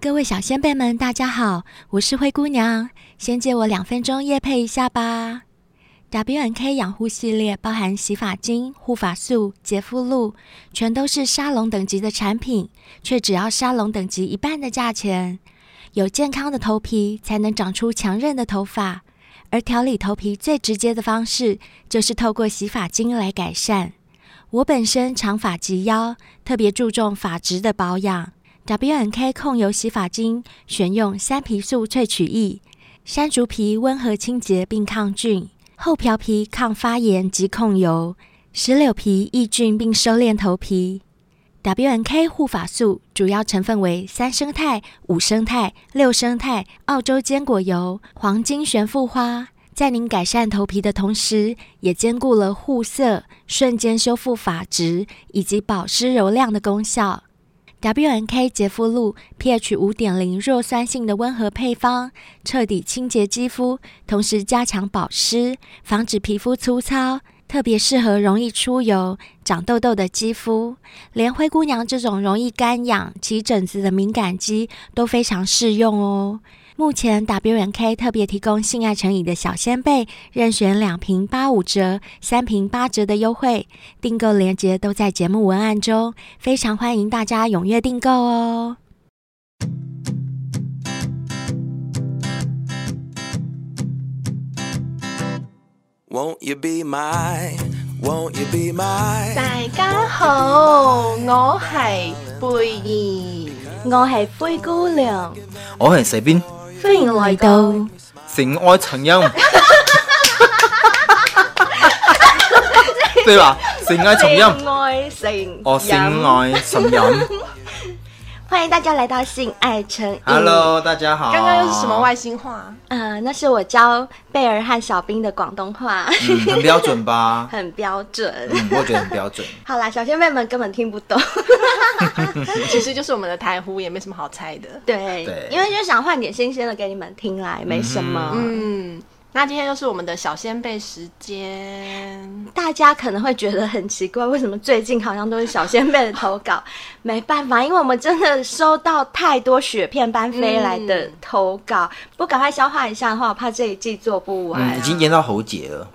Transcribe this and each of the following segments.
各位小先辈们，大家好，我是灰姑娘。先借我两分钟夜配一下吧。W N K 养护系列包含洗发精、护发素、洁肤露，全都是沙龙等级的产品，却只要沙龙等级一半的价钱。有健康的头皮，才能长出强韧的头发。而调理头皮最直接的方式，就是透过洗发精来改善。我本身长发及腰，特别注重发质的保养。W N K 控油洗发精选用山皮素萃取液，山竹皮温和清洁并抗菌，厚瓢皮抗发炎及控油，石榴皮抑菌并收敛头皮。W N K 护发素主要成分为三生态、五生态、六生态、澳洲坚果油、黄金悬浮花，在您改善头皮的同时，也兼顾了护色、瞬间修复发质以及保湿柔亮的功效。W N K 洁肤露 pH 五点零弱酸性的温和配方，彻底清洁肌肤，同时加强保湿，防止皮肤粗糙，特别适合容易出油、长痘痘的肌肤。连灰姑娘这种容易干痒、起疹子的敏感肌都非常适用哦。目前 W N K 特别提供性爱成瘾的小先贝任选两瓶八五折、三瓶八折的优惠，订购链接都在节目文案中，非常欢迎大家踊跃订购哦。 Won't you be my? Won't you be my? 大家好，我係貝兒，我係灰姑娘，我係死邊歡迎來到。性愛成 瘾，對吧？性愛成瘾，性愛成哦，性愛成 瘾。欢迎大家来到性爱成瘾。 Hello，大家好。刚刚又是什么外星话？呃，那是我教贝儿和小兵的广东话，？嗯，很标准吧 很标准。嗯，我觉得很标准。好啦，小先辈们根本听 不懂。其实就是我们的台呼，也没什么好猜的。对，对因为就想换点新鲜的给你们听啦，也没什么。嗯，那今天又是我们的小先贝时间。大家可能会觉得很奇怪，为什么最近好像都是小先辈的投稿？ 没办法，因为我们真的收到太多雪片般飞来的嗯投稿，不赶快消化一下的话，我怕这一季做不完。嗯，已经演到喉结了，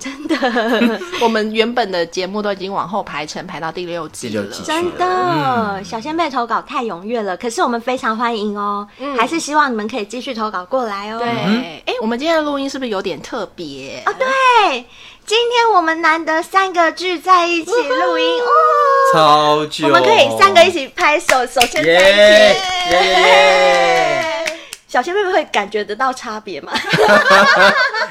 我们原本的节目都已经往后排程，排到第六季第了六。季真的，嗯小仙贝投稿太踊跃了，可是我们非常欢迎哦，还是希望你们可以继续投稿过来哦。对，嗯哎、我们今天的录音是不是有点特别？对，今天我们难得三个聚在一起录音哦，超久。我们可以三个一起拍手，手牵在耶。一耶起。耶 耶！小仙贝会感觉得到差别吗？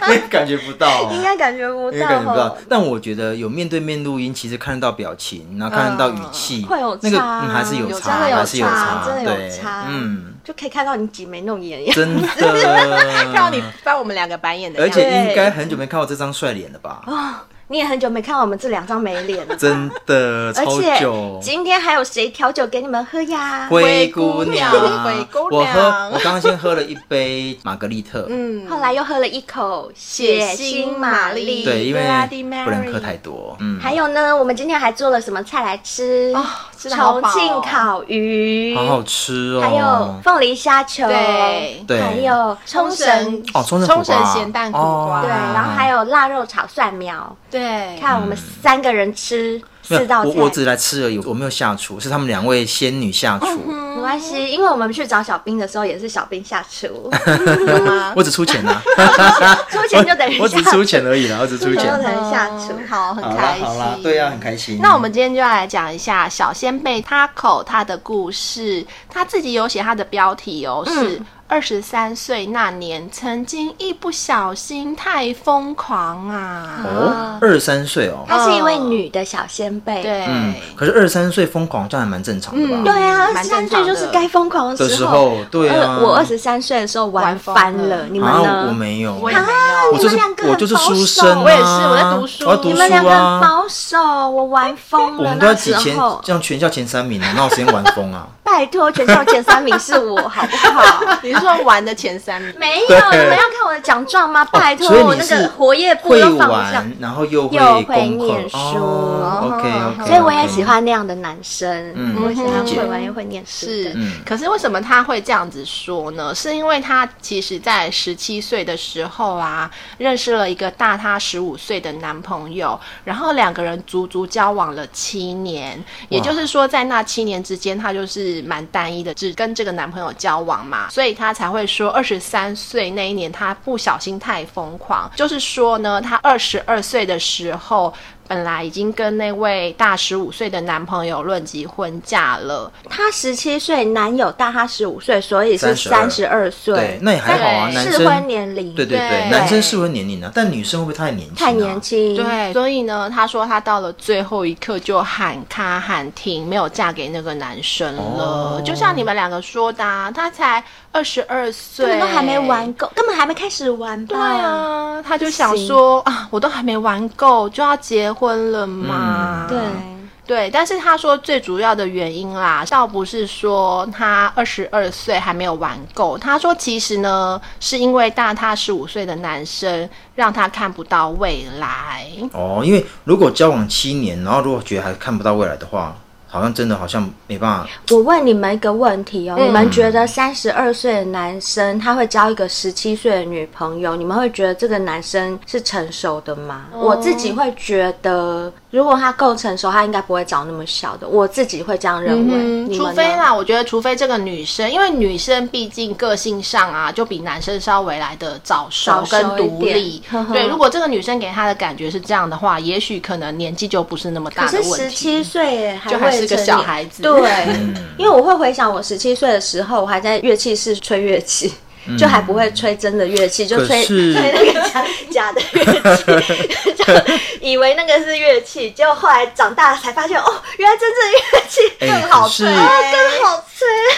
欸感觉不到， 应该感觉不哦应该感觉不到到哦。。但我觉得有面对面录音，其实看得到表情，然后看得到语气，会有那个差嗯还是有有差，真的有还是有差真的有对差嗯，就可以看到你挤眉弄眼一 样。真的。 看到你翻我们两个白眼的而样子且，应该很久没看到这张帅脸 了吧？哦你也很久没看到我们这两张没脸了，真 的而超且久。今天还有谁调酒给你们喝呀？灰姑娘，灰姑娘我喝，我刚刚先喝了一杯玛格丽特，嗯，后来又喝了一口血腥玛丽。对，因为 Bloody Mary 不能喝太多，嗯，还有呢，我们今天还做了什么菜来吃？哦吃得好饱重哦庆烤鱼，好好吃哦，还有凤梨虾球，对对还有冲绳，哦，冲绳冲苦瓜绳咸蛋苦瓜哦对，然后还有腊肉炒蒜苗。对，看我们三个人吃 没有四道菜，我我只来吃而已，我没有下厨，是他们两位仙女下厨，没关系，因为我们去找小兵的时候也是小兵下 厨，有吗？我只出钱 啦，啊哦出钱就等于我只下出钱而已啦，我只出就钱。等于下厨。好，很好啦开心。好啦，啊对呀，很开心。那我们今天就要来讲一下小仙贝 Taco 他的故事。他自己有写他的标题哦，是二十三岁那年，曾经一不小心太疯狂啊。哦，二十三岁哦，她是一位女的小先辈，对，嗯，可是二十三岁疯狂，这样还蛮正常的吧？嗯对啊，二蛮十正三常岁的就是该疯狂的的时候。候，对啊呃，，我二十三岁的时候玩玩疯翻了了，你们啊，我呢？没有，啊我也没我有。就是你们两个很我就是书生啊，保守我也是我在读书我要读你们两书个很啊。保守，我玩疯我了们都要那挤时前，候。这样全校前三名啊，哪有时间玩疯啊？拜托，全校前三名是我，好不好？你是说玩的前三名？没有，对哦你们要看我的奖状吗？拜托，所以 我你那是个活页簿会都放不下玩。，然后又又会功课念书嗯哦 OK，OK，所以我也喜欢那样的男生。嗯我喜欢理解会玩又会念书的。是，嗯可是为什么他会这样子说呢？是因为他其实在十七岁的时候啊，认识了一个大他十五岁的男朋友，然后两个人足足交往了七年，也就是说，在那七年之间，他就是蛮单一的，只跟这个男朋友交往嘛，所以他才会说二十三岁那一年他不小心太疯狂，就是说呢，他二十二岁的时候。本来已经跟那位大十五岁的男朋友论及婚嫁了，她十七岁，男友大她十五岁，所以是32三十二岁对，。那也还好啊，对男适婚生年龄。对对对对，男生适婚年龄啊，但女生会不会太年轻、啊？太年。轻。。对，所以呢，她说她到了最后一刻就喊卡喊停，没有嫁给那个男生了。哦就像你们两个说的、啊，她才二十二根岁，本都还没玩。够，根本还没开始玩吧？对啊，她就想说啊，我都还没玩够就要结婚了嘛。嗯对，对，但是她说最主要的原因啦，倒不是说她二十二岁还没有玩够，她说其实呢，是因为大她十五岁的男生让她看不到未来。哦，因为如果交往七年，然后如果觉得还看不到未来的话，好像真的好像没办法。我问你们一个问题哦，嗯你们觉得三十二岁的男生他会交一个十七岁的女朋友，你们会觉得这个男生是成熟的吗？哦我自己会觉得，如果他够成熟，他应该不会找那么小的。我自己会这样认为，嗯，你除们非呢？啦，我觉得除非这个女生，因为女生毕竟个性上啊，就比男生稍微来的早熟早熟跟一独点立 呵呵。对，如果这个女生给她的感觉是这样的话，也许可能年纪就不是那么可大的是问十题。七岁耶就还还是个未成小年孩子对，嗯，因为我会回想我十七岁的时候，我还在乐器室吹乐器，就还不会吹真的乐器，就可吹是吹那个假 假的乐器， 就以为那个是乐器，结果后来长大了才发现，哦，原来真正的乐器哎更好可是吹，啊更好吹。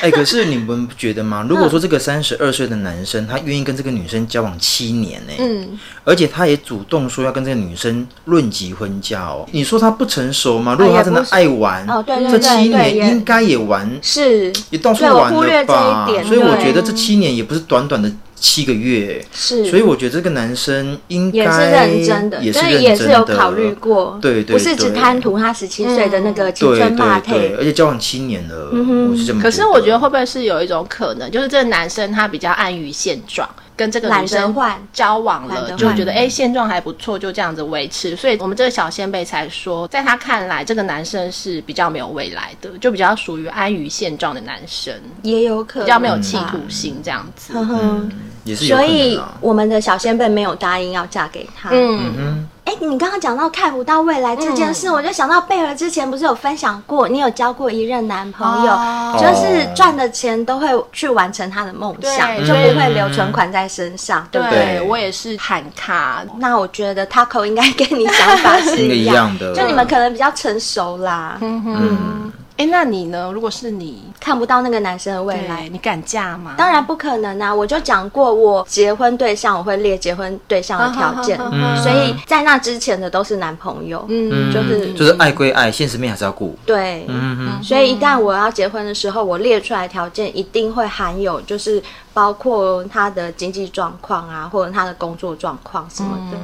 哎、可是你们不觉得 吗？如果说这个三十二岁的男生，他愿意跟这个女生交往七年呢、嗯，而且他也主动说要跟这个女生论及婚嫁哦，你说他不成熟吗？如果哎也他真的不是爱玩，哦对对这对七对年也应该也玩，是也到处对我玩忽略了这一吧点？所以我对觉得这七年也不是短短的七个月，是，所以我觉得这个男生应该也是认真的，也是就认是真的也是有考虑过，对对不是只对贪图他十七岁的那个青对春对骂对，退。而且交往七年了，哼我是这么。可是我觉得会，不会是有一种可能，就是这个男生他比较安于现状，跟这个懒女得生换交往懒得了，换就觉得哎、诶现状还不错，就这样子维持。所以我们这个小先辈才说，在他看来，这个男生是比较没有未来的，就比较属于安于现状的男生，也有可能比较没有企吧图心这样子。呵呵嗯，也是有所可以能啊。我们的小先辈没有答应要嫁给他。嗯，嗯，嗯，哎，你刚刚讲到看不到未来这件事，我就想到贝儿之前不是有分享过，你有交过一任男朋友，哦就是赚的钱都会去完成他的梦想，对就不会留存款在身上，对不对？对我也是喊卡，那我觉得 Taco 应该跟你想法 是应该一一样，样的。就你们可能比较成熟啦，嗯，哎、那你呢？如果是你，看不到那个男生的未来对。你敢嫁吗？当然不可能啊！我就讲过，我结婚对象我会列结婚对象的条件，嗯嗯所以在那之前的都是男朋友。嗯，就是就是爱归爱，现实面还是要顾。对，嗯哼，所以一旦我要结婚的时候，我列出来条件一定会含有，就是包括他的经济状况啊，或者他的工作状况什么的。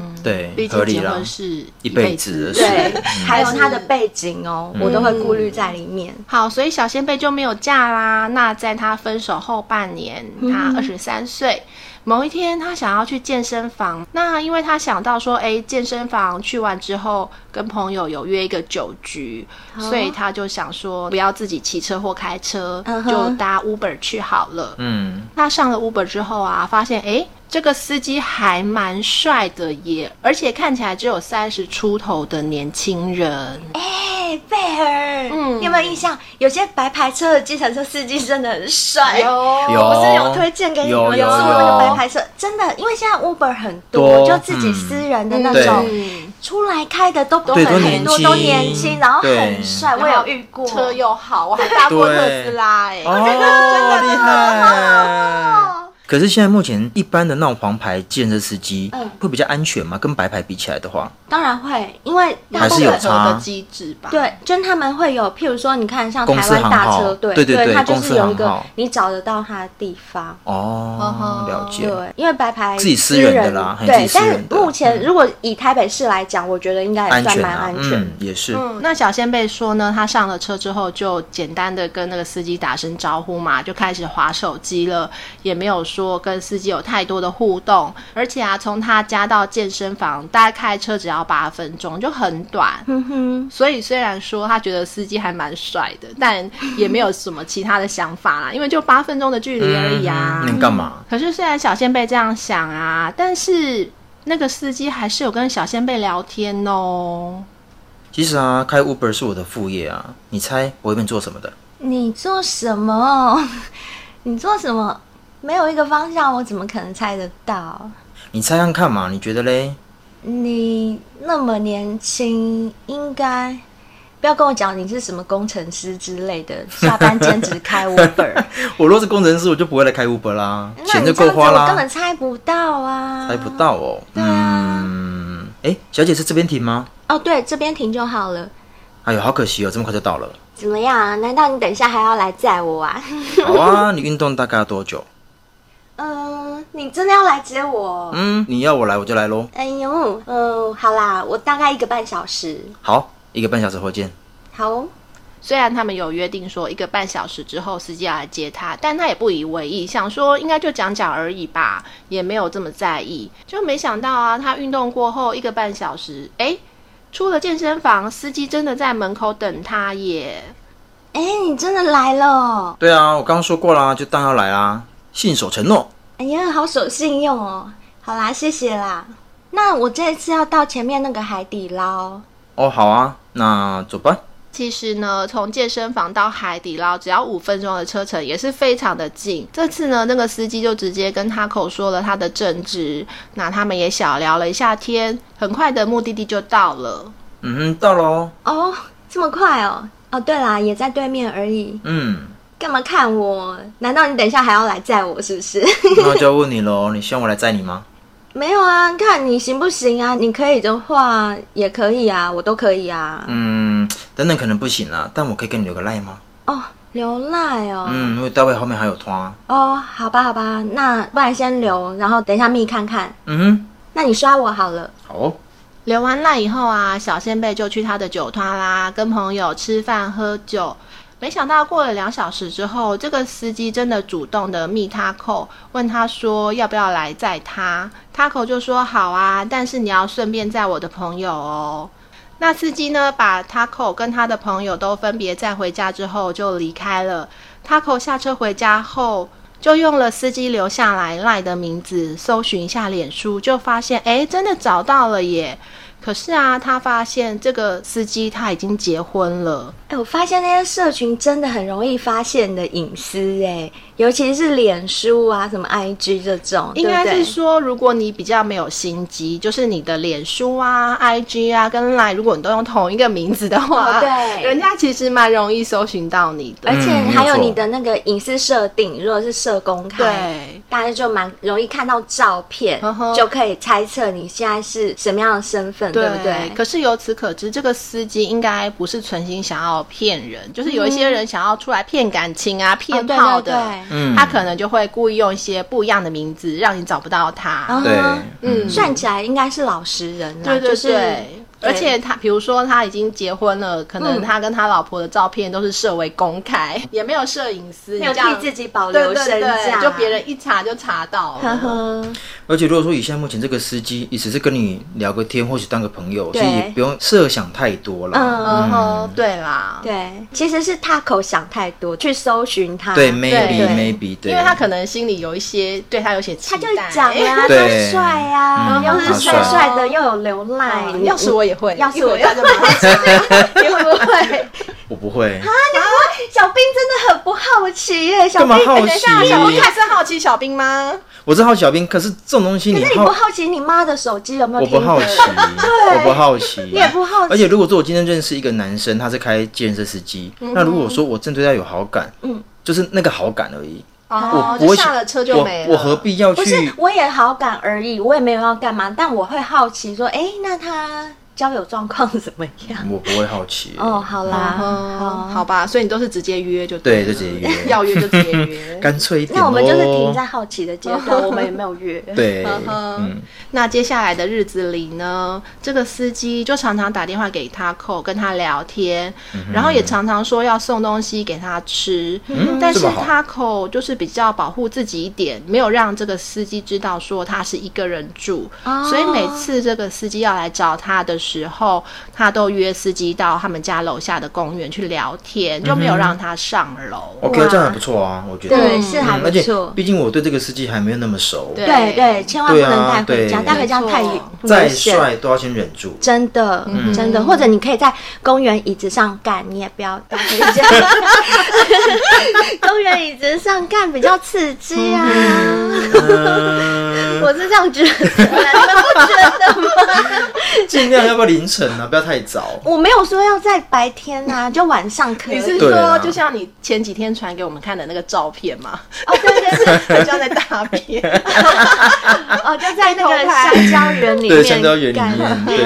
毕对，合竟理结啦婚。是一辈子的事 对，还有他的背景哦，我都会顾虑在里面。好，所以小仙贝就没有嫁啦。那在她分手后半年，嗯她二十三岁，某一天她想要去健身房。那因为她想到说，哎，健身房去完之后，跟朋友有约一个酒局，所以她就想说，不要自己骑车或开车，嗯哼就搭 Uber 去好了。嗯，她上了 Uber 之后啊，发现哎，诶这个司机还蛮帅的耶，而且看起来只有三十出头的年轻人。哎，贝尔，嗯你有没有印象？有些白牌车的计程车司机真的很帅。有有哦我是有推荐给你们有坐有那个有白牌车，真的，因为现在 Uber 很多，多就自己私人的那对种，嗯出来开的都对很都很年多都轻年轻，然后很对帅，我有遇过。车欸哦哦又好，我还搭过特斯拉哎、哦，厉害。可是现在目前一般的那种黄牌建设司机嗯，会比较安全吗？跟白牌比起来的话，当然会，因为大还部是有分差啊的机制吧？，对，就是他们会有，譬如说，你看像公台司湾行大号车队，对对对它就公是司有一行个号你找得到它的地方。哦嗯，哼了解。对，因为白牌自己私人人的啦嘿对自己，私但人的嗯目前如果以台北市来讲，我觉得应该也安哎算全蛮啊安，全的嗯，也是。嗯，那小仙贝说呢，他上了车之后就简单的跟那个司机打声招呼嘛，就开始划手机了，也没有说跟司机有太多的互动，而且啊，从他家到健身房大概开车只要八分钟，就很短。嗯哼，所以虽然说他觉得司机还蛮帅的，但也没有什么其他的想法啦，因为就八分钟的距离而已啊。嗯，能干嘛？可是虽然小仙贝这样想啊，但是那个司机还是有跟小仙贝聊天哦。其实啊，开 Uber 是我的副业啊。你猜我原本做什么的？你做什么？ 你做什么？没有一个方向，我怎么可能猜得到？你猜看看嘛，你觉得嘞？你那么年轻，应该不要跟我讲你是什么工程师之类的，下班兼职开 Uber，我若是工程师，我就不会来开 Uber 啦，那 钱你就这够样子花我根本啦。猜不到啊，猜不到哦。啊嗯，哎，小姐是这边停吗？哦。对，这边停就好了。哎呦，好可惜哦，这么快就 到了。怎么样啊？难道你等一下还要来载我啊？ 好啊，你运动大概要多久？嗯、你真的要来接我？嗯，你要我来我就来喽。哎呦，嗯、好啦，我大概一个半小时。好，一个半小时后见。好哦，虽然他们有约定说一个半小时之后司机要来接他，但他也不以为意，想说应该就讲讲而已吧，也没有这么在意。就没想到啊，他运动过后一个半小时，哎，出了健身房，司机真的在门口等他耶。哎、你真的来了哦！对啊，我刚刚说过啦，就当然要来啦，信守承诺。哎呀，好守信用哦。好啦，谢谢啦。那我这次要到前面那个海底捞。哦，好啊，那走吧。其实呢，从健身房到海底捞只要五分钟的车程，也是非常的近。这次呢，那个司机就直接跟他口说了他的正职，那他们也小聊了一下天，很快的目的地就到了。嗯哼，到喽。哦，这么快哦？哦，对啦，也在对面而已。嗯，干嘛看我？难道你等一下还要来载我是不是？ 那我就要问你喽，你希望我来载你吗？没有啊，看你行不行啊？你可以的话也可以啊，我都可以啊。嗯，等等可能不行啦，但我可以跟你留个赖吗？哦，留赖哦。嗯，因为待会后面还有团啊。哦，好吧，好吧，那不然先留，然后等一下密看看。嗯那你刷我好了。哼，好哦。留完赖以后啊，小仙贝就去他的酒摊啦，跟朋友吃饭喝酒。没想到过了两小时之后，这个司机真的主动的密他扣，问他说要不要来载他。他口就说好啊，但是你要顺便载我的朋友哦。那司机呢，把 Taco 跟他的朋友都分别载回家之后就离开了。Taco 下车回家后，就用了司机留下来赖的名字搜寻一下脸书，就发现哎，真的找到了耶！可是啊，他发现这个司机他已经结婚了。哎、我发现那些社群真的很容易发现你的隐私、哎，尤其是脸书啊、什么 IG 这种，应该对是不对说，如果你比较没有心机，就是你的脸书啊、IG 啊跟 Line，如果你都用同一个名字的话，哦对哎人家其实蛮容易搜寻到你的。而且嗯还有没有错你的那个隐私设定，如果是设公开，对，大家就蛮容易看到照片嗯哼就可以猜测你现在是什么样的身份，对不对？可是由此可知，这个司机应该不是存心想要骗人，就是有一些人想要出来骗感情啊、骗嗯哦对炮对的，对嗯，他可能就会故意用一些不一样的名字，让你找不到他。嗯对，嗯算起来应该是老实人啦，对对对。就是而且他，比如说他已经结婚了，可能他跟他老婆的照片都是设为公开， 也没有设隐私，没有你这样替自己保对留对身价，对，嗯就别人一查就查到呵了。呵。而且如果说以现在目前这个司机，也只是跟你聊个天，或许当个朋友，对所以也不用设想太多了。嗯嗯哼，对啦，对，其实是他口想太多，去搜寻他，对，maybe 对 maybe，对，因为他可能心里有一些对他有些期他待，就讲啊 啦，对他帅呀，嗯又是帅他帅帅的，又有流哎浪，要是我也会，要是一会我儿要就马上查，你会不 会？我不会， 小兵真的很不好奇耶，啊 小干嘛兵，好等一奇下？小兵还是好奇小兵吗？我是好小兵，可是这种东西你可是你不好，好奇你妈的手机有没有我听不好过？奇，我不好奇，你也不好奇而且如果说我今天认识一个男生，他是开健身司机，那如果说我正对他有好感，嗯就是那个好感而已，哦，我就我下了车就我没了。我何必要不是去？我也好感而已，我也没有要干嘛，但我会好奇说，哎，那他交友状况怎么样？嗯我不会好奇。哦，好啦，嗯，好吧，所以你都是直接约就对，了就直接约， 要约就直接 约。干脆一点。那我们就是停在。好奇的阶段，哦我们也没有约。对，呵呵嗯，那接下来的日子里呢，这个司机就常常打电话给他扣，跟他聊天，然后也常常说要送东西给他吃。嗯但是这么好他口就是比较保护自己一点，没有让这个司机知道说他是一个人住，哦所以每次这个司机要来找他的时候，他都约司机到他们家楼下的公园去聊嗯天，就没有让他上楼。 ，OK，这样还不错啊，我觉得。对，是还嗯不而且错，。嗯毕竟我对这个司机还没有那么熟，对对对，千万不能带回对家，啊对带回家太没错再危险。帅都要先忍住。真的，嗯真嗯的，或者你可以在公园椅子上干，你也不要带回 家。公园椅子上干比较刺激啊，嗯 我是这样觉得，你们不觉得吗？尽量要不要凌晨啊？不要太 早。我没有说要在白天啊，就晚上可以。你是对啊说啦就像你前几天传给我们看的那个照片 吗？哦，对对对，很像在大便。哦，就在那个香蕉园里对，面干，香蕉园里面，对。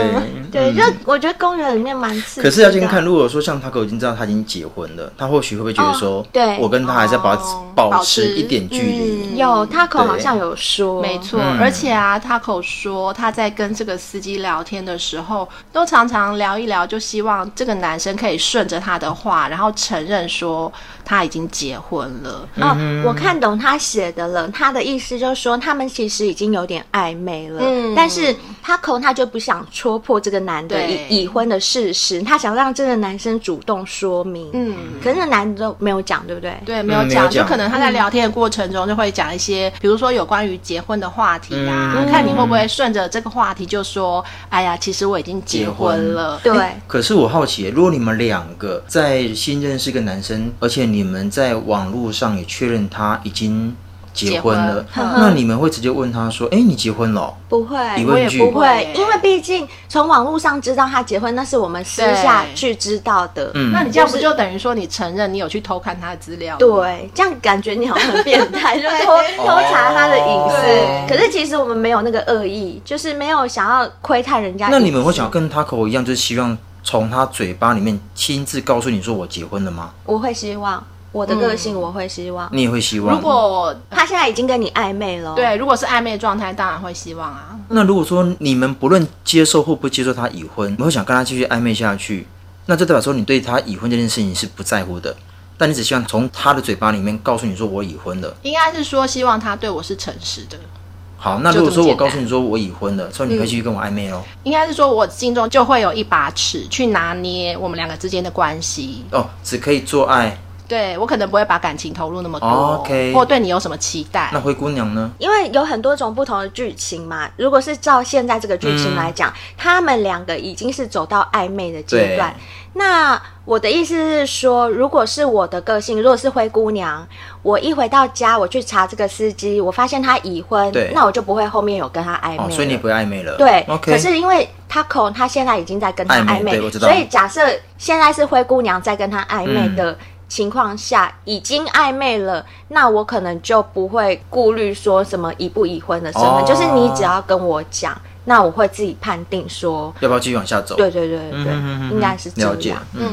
对，就我觉得公园里面蛮刺激的。可是要先看，如果说像他哥已经知道他已经结婚了，他或许会不会觉得说哦，对哦嗯我跟他还是要保哦保保持持一点距离，有 Taco 好像有说，没错，嗯而且啊，他口说他在跟这个司机聊天的时候，都常常聊一聊，就希望这个男生可以顺着他的话，然后承认说他已经结婚了。哦，嗯我看懂他写的了，他的意思就是说他们其实已经有点暧昧了，嗯但是他口他就不想戳破这个男的对已已婚的事实，他想让这个男生主动说明，嗯，嗯，可是那男的没有讲，对不对？对，没有嗯没有讲，就讲可能他在聊天的过程中就会讲一些，比如说有关于结婚的话题啊，嗯看你会不会顺着这个话题就说，哎呀，其实我已经结结婚婚了。嗯对，哎可是我好奇，如果你们两个在新认识一个男生，而且你们在网络上也确认他已经结婚了，结婚那你们会直接问他说：“哎、你结婚了哦不会，疑我也问句不不会会，，因为毕竟从网络上知道他结婚，那是我们私下对去知道的，？”嗯。嗯，那你这样不就等于说你承认你有去偷看他的资料？，对，这样感觉你好像很变 态，就是偷偷查他的隐哦对私。可是其实我们没有那个恶意，就是没有想要窥探人家。那你们会想要？跟他口一样，就是希望从他嘴巴里面亲自告诉你说我结婚了吗？我会希望我的个嗯性，我会希望、你也会希望？如果他现在已经跟你暧昧了。，对，如果是暧昧状态，当然会希望啊。那如果说你们不论接受或不接受他已婚，你会想跟他继续暧昧下去，那这代表说你对他已婚这件事情是不在乎的，但你只希望从他的嘴巴里面告诉你说我已婚了。应该是说希望他对我是诚实的，好，那就如果这么说我简单告诉你说我已婚了，所以你会继续跟我暧昧喽？应该是说我心中就会有一把尺去拿捏我们两个之间的关系。哦，只可以做爱。对我可能不会把感情投入那么多哦 OK 或对你有什么期待那。灰姑娘呢？因为有很多种不同的剧情嘛。如果是照现在这个剧情嗯来讲，他们两个已经是走到暧昧的阶段。那我的意思是说，如果是我的个性，如果是灰姑娘，我一回到家，我去查这个司机，我发现他已婚对，那我就不会后面有跟他暧昧了、哦，所以你不会暧昧了。对，OK。可是因为 Taco 他现在已经在跟他暧昧暧昧，对我知道所以假设现在是灰姑娘在跟他暧昧的嗯情况下，已经暧昧了，那我可能就不会顾虑说什么已不已婚的身份，哦就是你只要跟我讲，那我会自己判定说，要不要继续往下走？对对对对，嗯，嗯嗯嗯应该是这了解样。。嗯，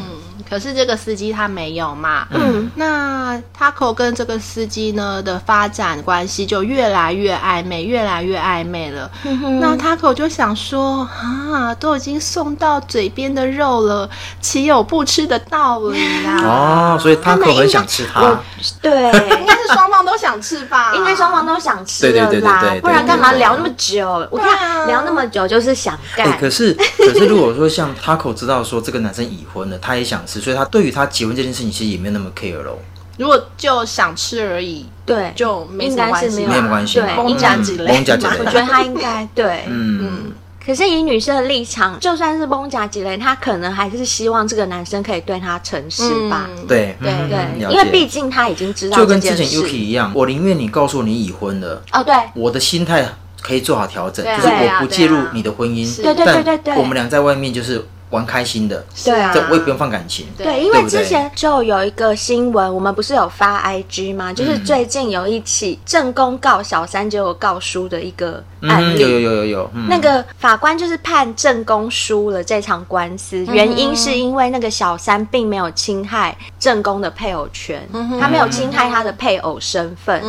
可是这个司机他没有嘛。嗯，那 Taco 跟这个司机呢的发展关系就越来越暧昧，越来越暧昧了。嗯那 Taco 就想说啊，都已经送到嘴边的肉了，岂有不吃的道理 啊？哦，所以他可很想吃他。对，应该是双方都想吃吧？ 应该双方都想吃对了对对对对啦对，不然干嘛对对对聊那么久？我看聊那么久就是想哎、干。可是可是，如果说像 Taco 知道说这个男生已婚了，他也想吃，所以他对于他结婚这件事情其实也没有那么 care 咯。如果就想吃而已，对，就没什么关系嘛，是应该没有没有关系对对蒙甲之类，蒙甲之我类觉得他应该对，嗯，可是以女生的立场，就算是崩甲几雷，她可能还是希望这个男生可以对她诚实吧。嗯对对嗯对，嗯了因为毕解。竟她已经知道就这跟之件前事。 Yuki 一样，我宁愿你告诉我你已婚了，哦，对，我的心态可以做好调整，对啊就是对啊我不介入对啊你的婚姻，是对对对对但对我们俩在外面就是玩开心的，是啊这我也不用放感情。对对，因为对不对之前就有一个新闻，我们不是有发 IG 吗？就是嗯最近有一起正宫告小三，结果告输的一个案嗯，例。有有有有有，嗯、那个法官就是判正宫输了这场官司，原因是因为那个小三并没有侵害正宫的配偶权，他没有侵害他的配偶身份。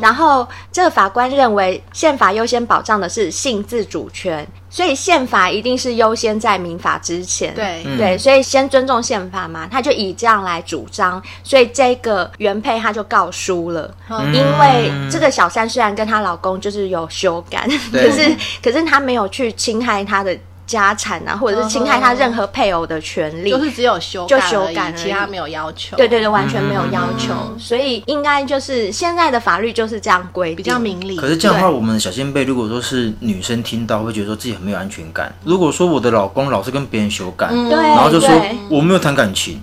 然后这个法官认为，宪法优先保障的是性自主权，所以宪法一定是优先在民法之前。对嗯对，所以先尊重宪法嘛，他就以这样来主张，所以这个原配他就告输了。嗯因为这个小三虽然跟她老公就是有修改，可对是可是她没有去侵害她的家产啊，或者是侵害她任何配偶的权利。就是只有修就改修而已改而其他已没有要求。对对对，完全没嗯有要求，所以应该就是现在的法律就是这样规定，比较明理。可是这样的话，我们的小先辈如果说是女生听到，会觉得说自己很没有安全感。如果说我的老公老是跟别人修改，嗯对，然后就说对我没有谈感情，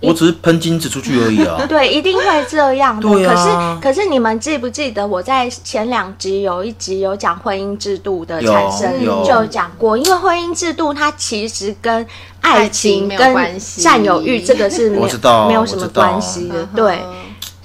我只是喷金子出去而已啊。 对，一定会这样的。对啊可是，可是你们记不记得我在前两集有一集有讲婚姻制度的有产生，有就有讲过，因为婚姻制度它其实跟爱爱情情、没有关跟系占有欲这个是没我知道有没有什么我知道嗯关系的嗯，哼对。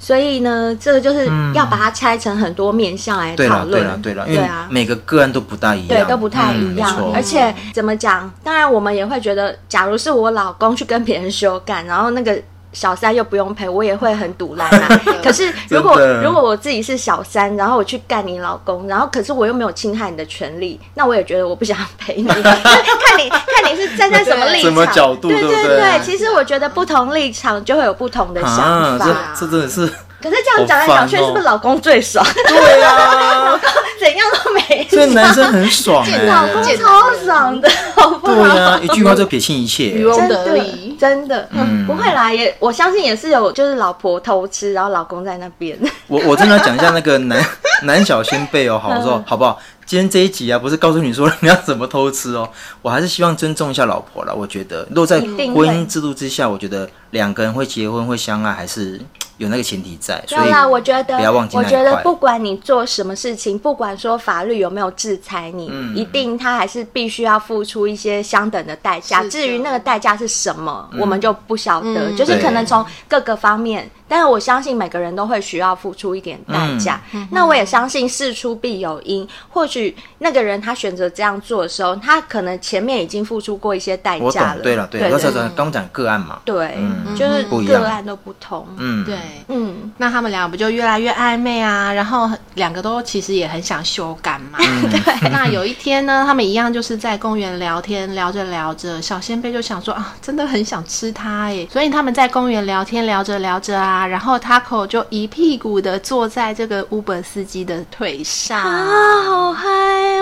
所以呢，这个就是要把它拆成很多面向来对讨啦，对论。啦，对啦，因对为啊。每个个案都不大一样，对，都不太一样，嗯、没错而且怎么讲？当然，我们也会觉得，假如是我老公去跟别人修改，然后那个小三又不用赔，我也会很堵烂 啊。可是如果真的如果我自己是小三，然后我去干你老公，然后可是我又没有侵害你的权利，那我也觉得我不想赔 你。看你看你是站在什么立场，什么角度对对不对对其实我觉得不同立场就会有不同的想啊，法。这这真的是， 可是这样讲来讲去，好烦哦是不是老公最爽？ 对啊，怎样都没所以男生很爽哎、老老公见超爽的， 好不好？对啊，一句话就撇清一切欸渔，翁真得的利，真的，嗯不会啦，也我相信也是有，就是老婆偷吃，然后老公在那边。我我真的要讲一下那个男 男小先辈哦，好我嗯说好不好？今天这一集啊，不是告诉你说 你要怎么偷吃哦，我还是希望尊重一下老婆啦。我觉得，如果在一定婚会姻制度之下，我觉得两个人会结婚会相爱，还是有那个前提在。所要以啦，我觉得不要忘，记我那一块觉得不管你做什么事情，不管说法律有没有制裁你，嗯一定他还是必须要付出一些相等的代价。是的至于那个代价是什么，嗯我们就不晓得，嗯就是对可能从各个方面。但是我相信每个人都会需要付出一点代价。嗯那我也相信事出必有因，或许那个人他选择这样做的时候，他可能前面已经付出过一些代我懂价了。，对了，对了，对刚才咱刚讲个案嘛，对，嗯就是不一样个案都不同。嗯，对。嗯。那他们俩不就越来越暧昧啊？然后两个都其实也很想修改嘛。 那有一天呢，他们一样就是在公园聊天，聊着聊着，小仙贝就想说啊，真的很想吃它哎。所以他们在公园聊天，聊着聊着啊，然后 Taco 就一屁股的坐在这个 Uber 司机的腿上。啊，好嗨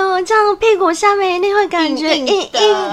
哦！这样屁股下面一定会感觉硬硬硬硬的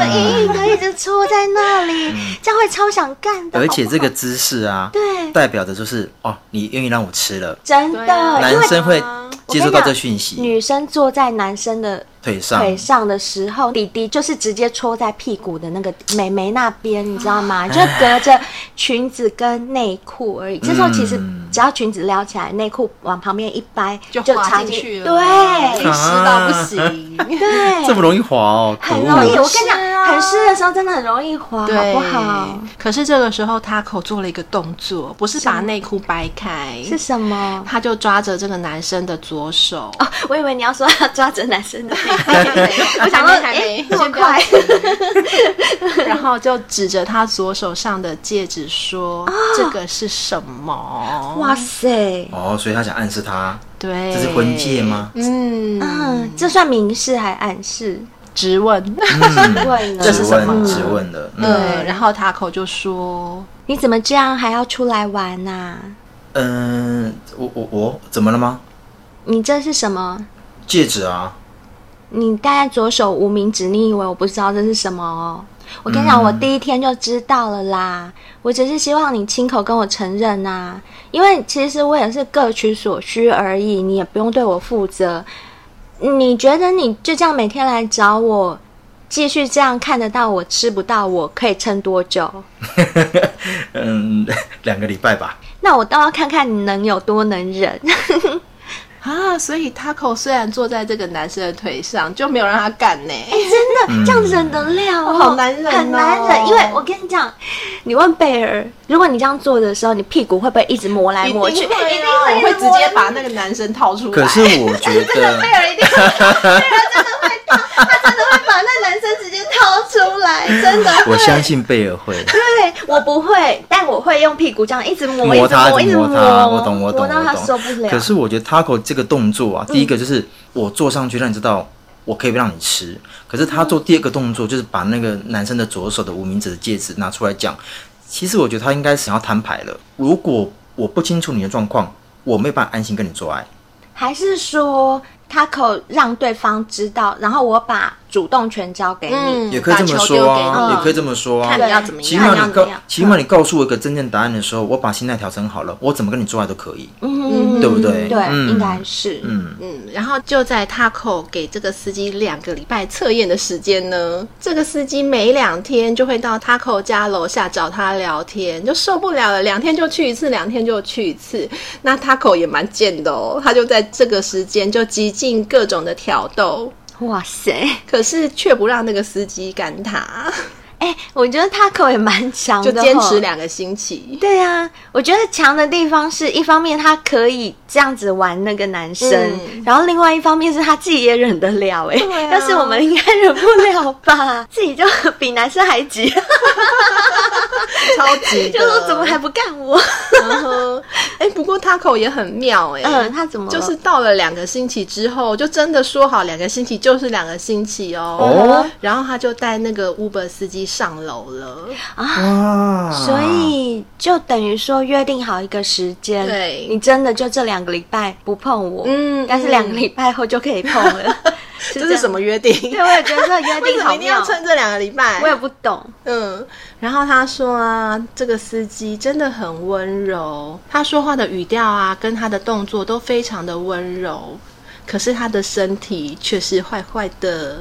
的、硬硬的，一直戳在那里，这样会超想干的。嗯而且好这个姿势啊，对代表的就是哦，你愿意让我吃了，真对啊的，因男为生会接收到这讯息，女生坐在男生的腿上，腿上的时候，弟弟就是直接戳在屁股的那个美眉那边，你知道哎吗？就隔着裙子跟内裤而已。这时候其实嗯只要裙子撩起来，内裤往旁边一掰就滑插进去了，已对经湿到不行。对，这么容易滑哦，可很容易，恶，我跟你讲，很湿的时候真的很容易滑，好对，不好？？可是这个时候，他口做了一个动作，不是把内裤掰开，是什么？他就抓着这个男生的左手，哦， 我以为你要说要抓着男生 的，我我想说，哎，这么快， 然后就指着他左手上的戒指说：“这个是什么？”哇，塞！哦，所以他想暗示他，对，这是婚戒吗嗯，嗯，这算明示还暗示？直问。嗯，问呢？这是质什么问，质问的，嗯 对，然后塔口就说你怎么这样还要出来玩啊呐？嗯，我我我怎么了吗？你这是什么？戒指啊，你戴在左手无名指，你以为我不知道这是什么哦？我跟你讲，嗯我第一天就知道了啦。我只是希望你亲口跟我承认呐、因为其实我也是各取所需而已，你也不用对我负责。你觉得你就这样每天来找我，继续这样看得到我吃不到我，可以撑多久？嗯，两个礼拜吧，那我倒要看看你能有多能忍。啊，所以 Taco 虽然坐在这个男生的腿上，就没有让他干呢、 真嗯的这样忍得了、哦哦好难忍哦很难忍。因为我跟你讲，你问贝尔，如果你这样做的时候，你屁股会不会一直磨来 一定磨去？会一定啊我会会直接把那那个男生掏出来。可是我 觉得，贝尔一定会，贝尔真的会掏，他真的会把那男生直接掏出来，真的会。我相信贝尔会。 对我不会，但我会用屁股这样一直磨，摸它一直摸磨，一直它，我懂我懂磨到他我受懂啊不了。可是我觉得 taco 这个动嗯作啊，第一个就是我坐上去让你知道我可以让你吃，可是他做第二个动作就是把那个男生的左手的无名指的戒指拿出来讲，其实我觉得他应该想要摊牌了。如果我不清楚你的状况，我没有办法安心跟你做爱。还是说 Taco 让对方知道，然后我把主动权交给你？嗯，也可以这么说把球丢给啊，你嗯也可以这么说啊看。你要怎么起样。码看你你要告怎样，起码你告诉我一个真正答案的时候，我把心态调整好了，我怎么跟你做爱都可以。嗯，对不对对，嗯应该是。嗯，嗯，然后就在 Taco 给这个司机两个礼拜测验的时间呢，这个司机每两天就会到 Taco 家楼下找他聊天，就受不了了，两天就去一次，两天就去一次。那 Taco 也蛮贱的哦，他就在这个时间就极尽各种的挑逗，哇塞，可是却不让那个司机干他，哎、我觉得 Taco 也蛮强就的，坚持。两个星期。对啊，我觉得强的地方是一方面他可以这样子玩那个男生，嗯然后另外一方面是他自己也忍得了哎、对啊要是我们应该忍不了吧，自己就比男生还急，超级 就的说怎么还不干我？嗯哼哎、不过 Taco 也很妙哎、嗯，他怎么了就是到了两个星期之后，就真的说好两个星期就是两个星期哦。哦然后他就带那个 Uber 司机上楼了。哇，嗯所以就等于说约定好一个时间，对你真的就这两个礼拜不碰我，嗯但是两个礼拜后就可以碰了， 是这是什么？么约定？对，我也觉得这个约为什定么好一定要妙，趁这两个礼拜？我也不懂。 嗯，然后他说啊，这个司机真的很温柔，他说话的语调啊，跟他的动作都非常的温柔，可是他的身体却是坏坏的。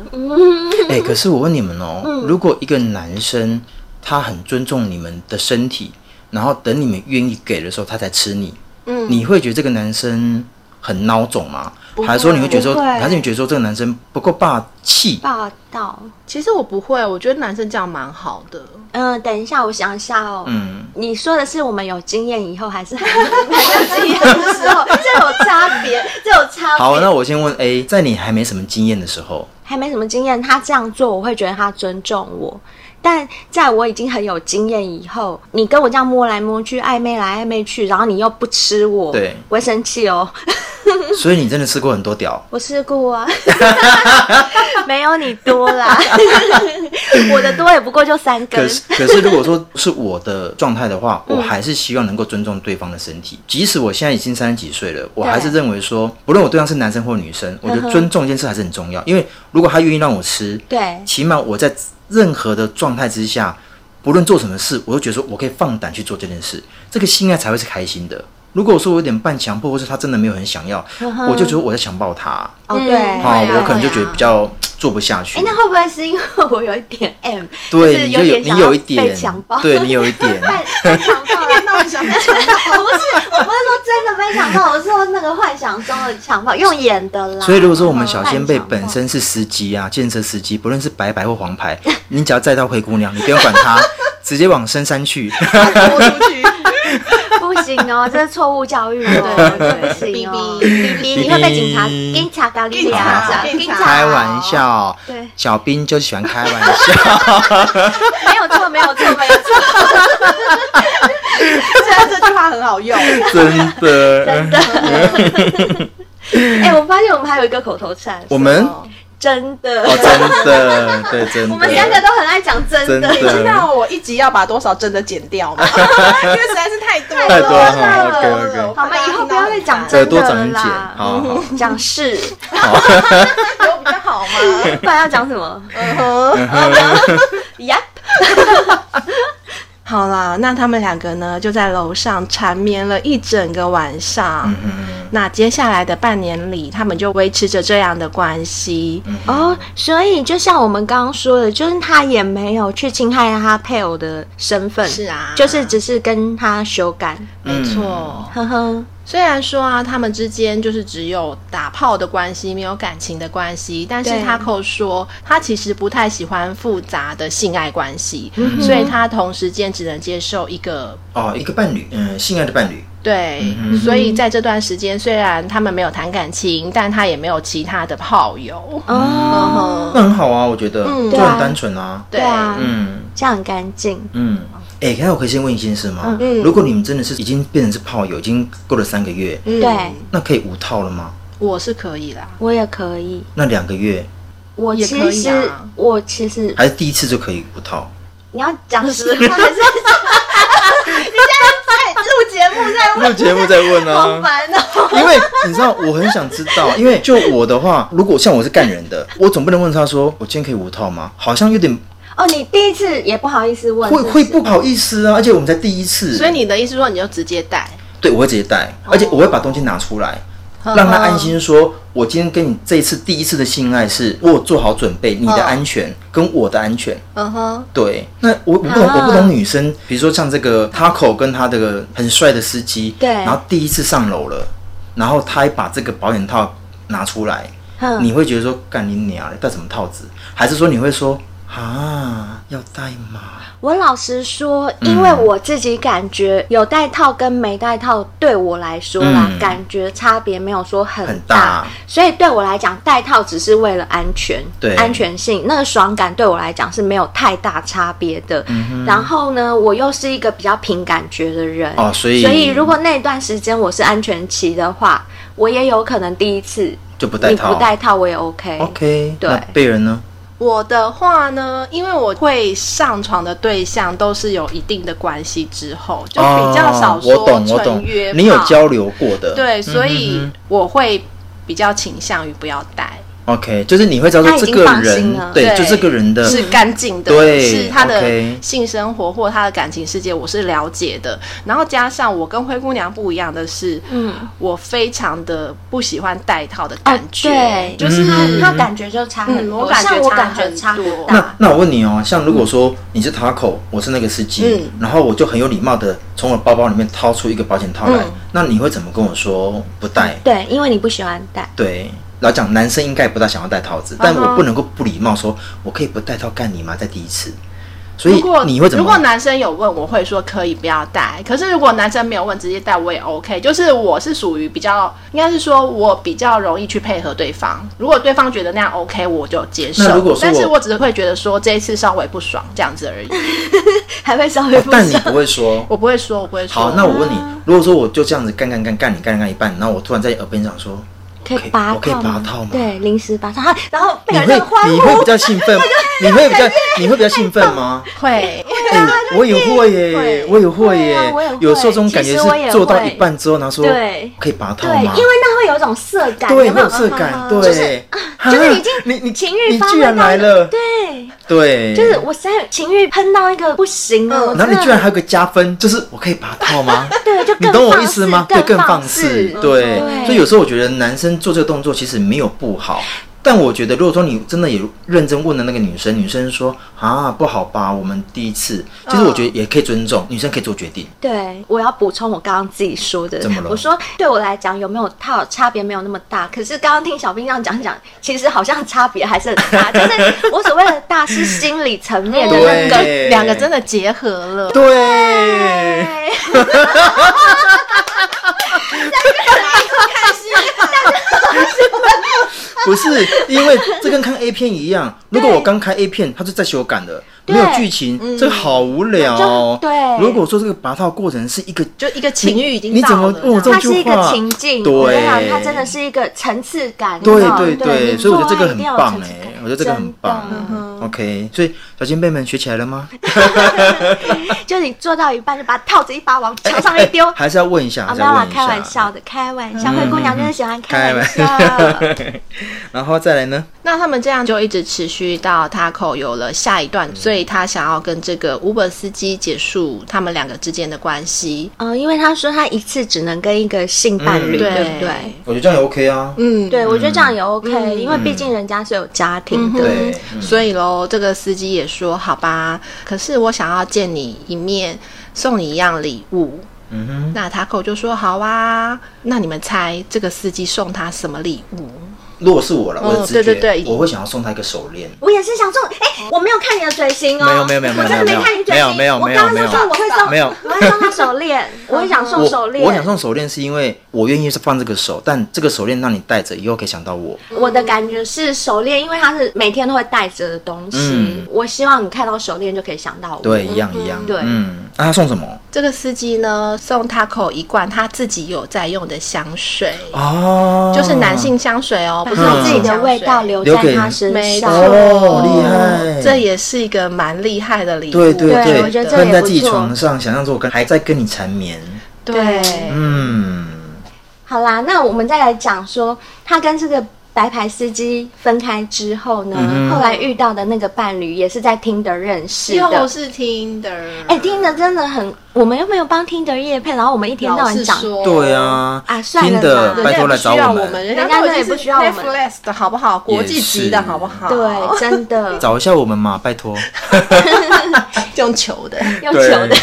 哎、可是我问你们哦、嗯如果一个男生他很尊重你们的身体，然后等你们愿意给的时候，他才吃你，嗯你会觉得这个男生很孬种吗？会还是说你会觉得说，不会还是你觉得说这个男生不够霸气？霸道，其实我不会，我觉得男生这样蛮好的。嗯，等一下，我想一下哦。嗯，你说的是我们有经验以后，还是还 没有经验的时候？ 这有差别，这有差别。好，那我先问 A，在你还没什么经验的时候，还没什么经验，他这样做我会觉得他尊重我。但在我已经很有经验以后，你跟我这样摸来摸去、暧昧来暧昧去，然后你又不吃我，对我会生气哦。所以你真的吃过很多屌。我吃 过啊，没有你多啦，我的多也不过就三根可。是， 可是如果说是我的状态的 话，嗯我还是希望能够尊重对方的身体。即使我现在已经三十几岁了，我还是认为说，不论我对象是男生或女生，我觉得尊重这件事还是很重要。因为如果他愿意让我吃，嗯对起码我在任何的状态之下，不论做什么事，我都觉得说我可以放胆去做这件事，这个性爱才会是开心的。如果说我有点半强迫，或是他真的没有很想要，我就觉得我在强暴他，啊，哦，嗯嗯对。好哎、啊我可能就觉对得啊比较做不下去。那会不会是因为我有一点 M，就是对，你就有点你想要有一被点强暴，，对你有一点。被强暴了。 那我想我不是，我不是说真的被强暴，我是说那个幻想中的强暴，用演的啦。所以，如果说我们小先辈嗯本身是司机啊，建设司机，不论是白牌或黄牌， 你只要载到灰姑娘，你不用管她，直接往深山去。拖出去，不行哦，这是错误教育哦，对不行哦，哔哔哔，你会被警察哔哔警察咖喱警察啊，警察开玩笑对，小兵就喜欢开玩笑。没有错，没有错，没有错，虽 然这句话很好用， 真的，真的。哎，我发现我们还有一个口头禅，我们哦哦，真的，真的，对，真的。我们三个都很爱讲真的，真你的知道我一集要把多少真的剪掉 吗？因为实在是太多了，太多了太多了 OK，OK 好吗？以后不要再讲耳真朵的长了一茧，啦，好好。讲是，有比较好吗？不然要讲什么嗯哼， ？Yep，好啦，那他们两个呢就在楼上缠绵了一整个晚上。嗯那接下来的半年里，他们就维持着这样的关系。哦，所以就像我们刚刚说的，就是他也没有去侵害他配偶的身份，是啊就是嗯只是跟他修改，没嗯错。呵呵，虽然说啊，他们之间就是只有打炮的关系，没有感情的关系，但是对他口说他其实不太喜欢复杂的性爱关系，所以他同时间只能接受一个。哦，一个伴侣，嗯，性爱的伴侣，对，所以在这段时间，虽然他们没有谈感情，但他也没有其他的炮友。嗯，哦，那很好啊，我觉得嗯就对啊很单纯啊，对啊，嗯这样很干净，嗯。哎，那我可以先问一件事吗？嗯如果你们真的是已经变成是炮友，已经过了三个月，嗯对那可以无套了吗？我是可以啦。我也可以。那两个月我也其可以实、啊我其实还是第一次就可以无套？你要讲 实话，还是你现在在录节目在问，那节目再问好 啊，烦哦。因为你知道我很想知道，因为就我的话，如果像我是干人的，我总不能问他说我今天可以无套吗？好像有点哦，你第一次也不好意思问，会是会是不好意思啊，而且我们才第一次，所以你的意思说，你就直接带？对我会直接带，而且我会把东西拿出来，让他安心说，我今天跟你这一次第一次的性爱是我有做好准备，你的安全跟我的安全。嗯哼，对，那我我不啊懂，我不懂女生，比如说像这个 Taco 跟他这个很帅的司机，对然后第一次上楼了，然后他还把这个保险套拿出来，哼你会觉得说干你娘嘞，戴什么套子？还是说你会说啊要戴吗？我老实说，嗯因为我自己感觉有戴套跟没戴套对我来说啦，嗯感觉差别没有说很很大所以对我来讲，戴套只是为了安全，对安全性那个爽感对我来讲是没有太大差别的。嗯然后呢，我又是一个比较凭感觉的人，哦所以所以如果那段时间我是安全期的话，我也有可能第一次就不戴套你不戴套我也 OK。 ？OK，对那贝人呢？我的话呢，因为我会上床的对象都是有一定的关系之后，就比较少哦、我说懂我纯懂约，炮。你有交流过的，对，所嗯以我会比较倾向于不要带， OK，就是你会知道他说已这经个放心人了，对，对就这个人的，是干净的，对是他的 OK 性生活或他的感情世界，我是了解的。然后加上我跟灰姑娘不一样的是，嗯，我非常的不喜欢戴套的感觉，呃哦对就是他他感觉就差很嗯多，我感觉像我差感觉很差很多嗯大。那那我问你哦，像如果说你是 Taco，我是那个司机，嗯然后我就很有礼貌的从我包包里面掏出一个保险套嗯来，那你会怎么跟我说不戴？对，因为你不喜欢戴。对，老实讲男生应该不大想要戴套嗯子，但我不能够不礼貌说，我可以不戴套干你吗？在第一次，所以如果你会怎么？如果男生有问，我会说可以不要带。可是如果男生没有问，直接带我也 OK。就是我是属于比较，应该是说我比较容易去配合对方。如果对方觉得那样 OK，我就接受。那如果说但是我我只是会觉得说这一次稍微不爽这样子 而已，还会稍微哦不但你爽不 会说，我不会说，我不会说。好，那我问你，啊如果说我就这样子干干干干你干干一半，然后我突然在你耳边讲说，可可以以拔我可以套吗拔套吗对，临时拔套，哈然后被你人会家欢你会呼比，较 兴奋，你会比较你会比较兴奋吗？会。 哎，我也会耶会，我也会对啊耶我也会，有时候这种感觉其实我也是做会到一半之后，然后说对可以拔套对，因为吗？那会有一种色感，对，有没会有有色哈感，哈就是对，就是已经啊你你情欲你发居挥然到来一个了，对，对，就是我现在情欲喷到一个不行了，我嗯然后真你的居然还有个加分，就是我可以拔套吗？ 对，就你更懂我放意思肆吗？对，更放肆，对对。所以有时候我觉得男生做这个动作其实没有不好，但我觉得如果说你真的也认真问了那个女生，女生说啊不好吧，我们第一次，其实我嗯觉得也可以尊重，女生可以做决定。对，我要补充我刚刚自己说的怎么，了我说对我来讲有没有套差别没有那么大，可是刚刚听小兵这样讲讲，其实好像差别还是很 大，就是我所谓的大是心理层面的那对哎个跟两个真的结合了，对，不是因为这跟看 A 片一样，如果我刚看 A 片，它就在修改了，没有剧情，这个好无聊哦。嗯就对如果说这个拔套过程是一个就一个情欲已经你怎么到了问我这它句是一个话情境，对我跟你讲，它真的是一个层次感。对你知道吗对对，对，所以我觉得这个很你做爱棒一定要有层次哎感，我觉得这个很棒真的。嗯 OK，所以小前辈们学起来了吗？就你做到一半，就把套子一把往墙上一丢。 还是要问一下，啊，还是没要有啦问，一开玩下。 笑的，开玩笑。灰姑娘就是喜欢开开玩玩笑。 然后再来呢？那他们这样就一直持续到 Taco 有了下一段，所以他想要跟这个 Uber 司机结束他们两个之间的关系。嗯，因为他说他一次只能跟一个性伴侣，嗯对对不对？我觉得这样也 OK 啊。嗯，对，我觉得这样也 OK，、嗯因为毕竟人家是有家庭的。对，嗯所以喽，这个司机也说：“好吧，可是我想要见你一面，送你一样礼物。”嗯哼，那塔口就说：“好啊。”那你们猜这个司机送他什么礼物？如果是我了，我的直觉，哦嗯对对对我会想要送他一个手链。我也是想送，哎，我没有看你的嘴型哦，没有没有没有我真的没有看你嘴型，没有没有我刚刚就说我会送，没有没有我会送他手链，我也想送我手链，我想送手链是因为我愿意是放这个手，但这个手链让你戴着，以后可以想到我。我的感觉是手链，因为它是每天都会戴着的东西，嗯我希望你看到手链就可以想到我。对，一样一样。对嗯，那他送什么？这个司机呢，送塔口一罐他自己有在用的香水，哦，就是男性香水哦，把不是他女自性己的味道香水留留在给他身没上。哦，厉害，这也是一个蛮厉害的礼物。对对对我觉得这也站在不自己错床上，想象着我跟还在跟你缠绵。对嗯，好啦，那我们再来讲说他跟这个。白牌司机分开之后呢，嗯哼后来遇到的那个伴侣也是在听的认识又的。是听的，哎、听的真的很，我们又没有帮听的叶配，然后我们一天到老晚实讲说，对。啊，啊算了听啦的，人拜家也托不来需找要我们，们，人人家家都真的已也经不是需要我们 Netflix 的好不好？国际级的好不好？对，，真的找一下我们嘛，拜 托。 用球的。用求的。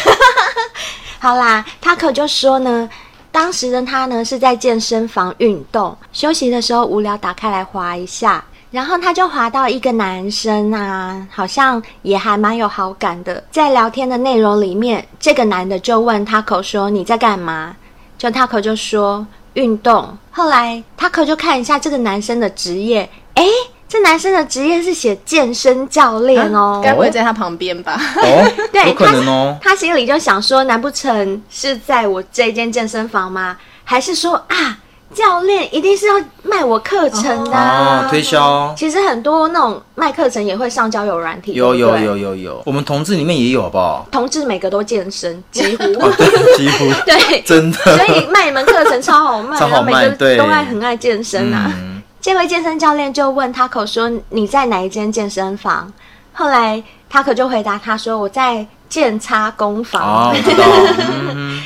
好啦，他可就说呢，当时的他呢是在健身房运动，休息的时候无聊打开来滑一下，然后他就滑到一个男生啊，好像也还蛮有好感的。在聊天的内容里面，这个男的就问他可说你在干嘛？就他可就说运动。后来他可就看一下这个男生的职业，诶，这男生的职业是写健身教练 哦，啊该不会在他旁边吧？哦，对有可能哦。他心里就想说，难不成是在我这间健身房吗？还是说啊，教练一定是要卖我课程的、啊哦，推销其实很多那种卖课程也会上交友软体，有对不有对有。有有，我们同志里面也有，好不 好？同志每个都 健身，几乎哦， 对，几乎对，真所的。以卖你们课程超好卖，超好卖然后每个对都爱很爱健身啊。嗯，这位健身教练就问 Taco 说：“你在哪一间健身房？”后来 Taco 就回答他说：“我在健差工房。哦，我知道。嗯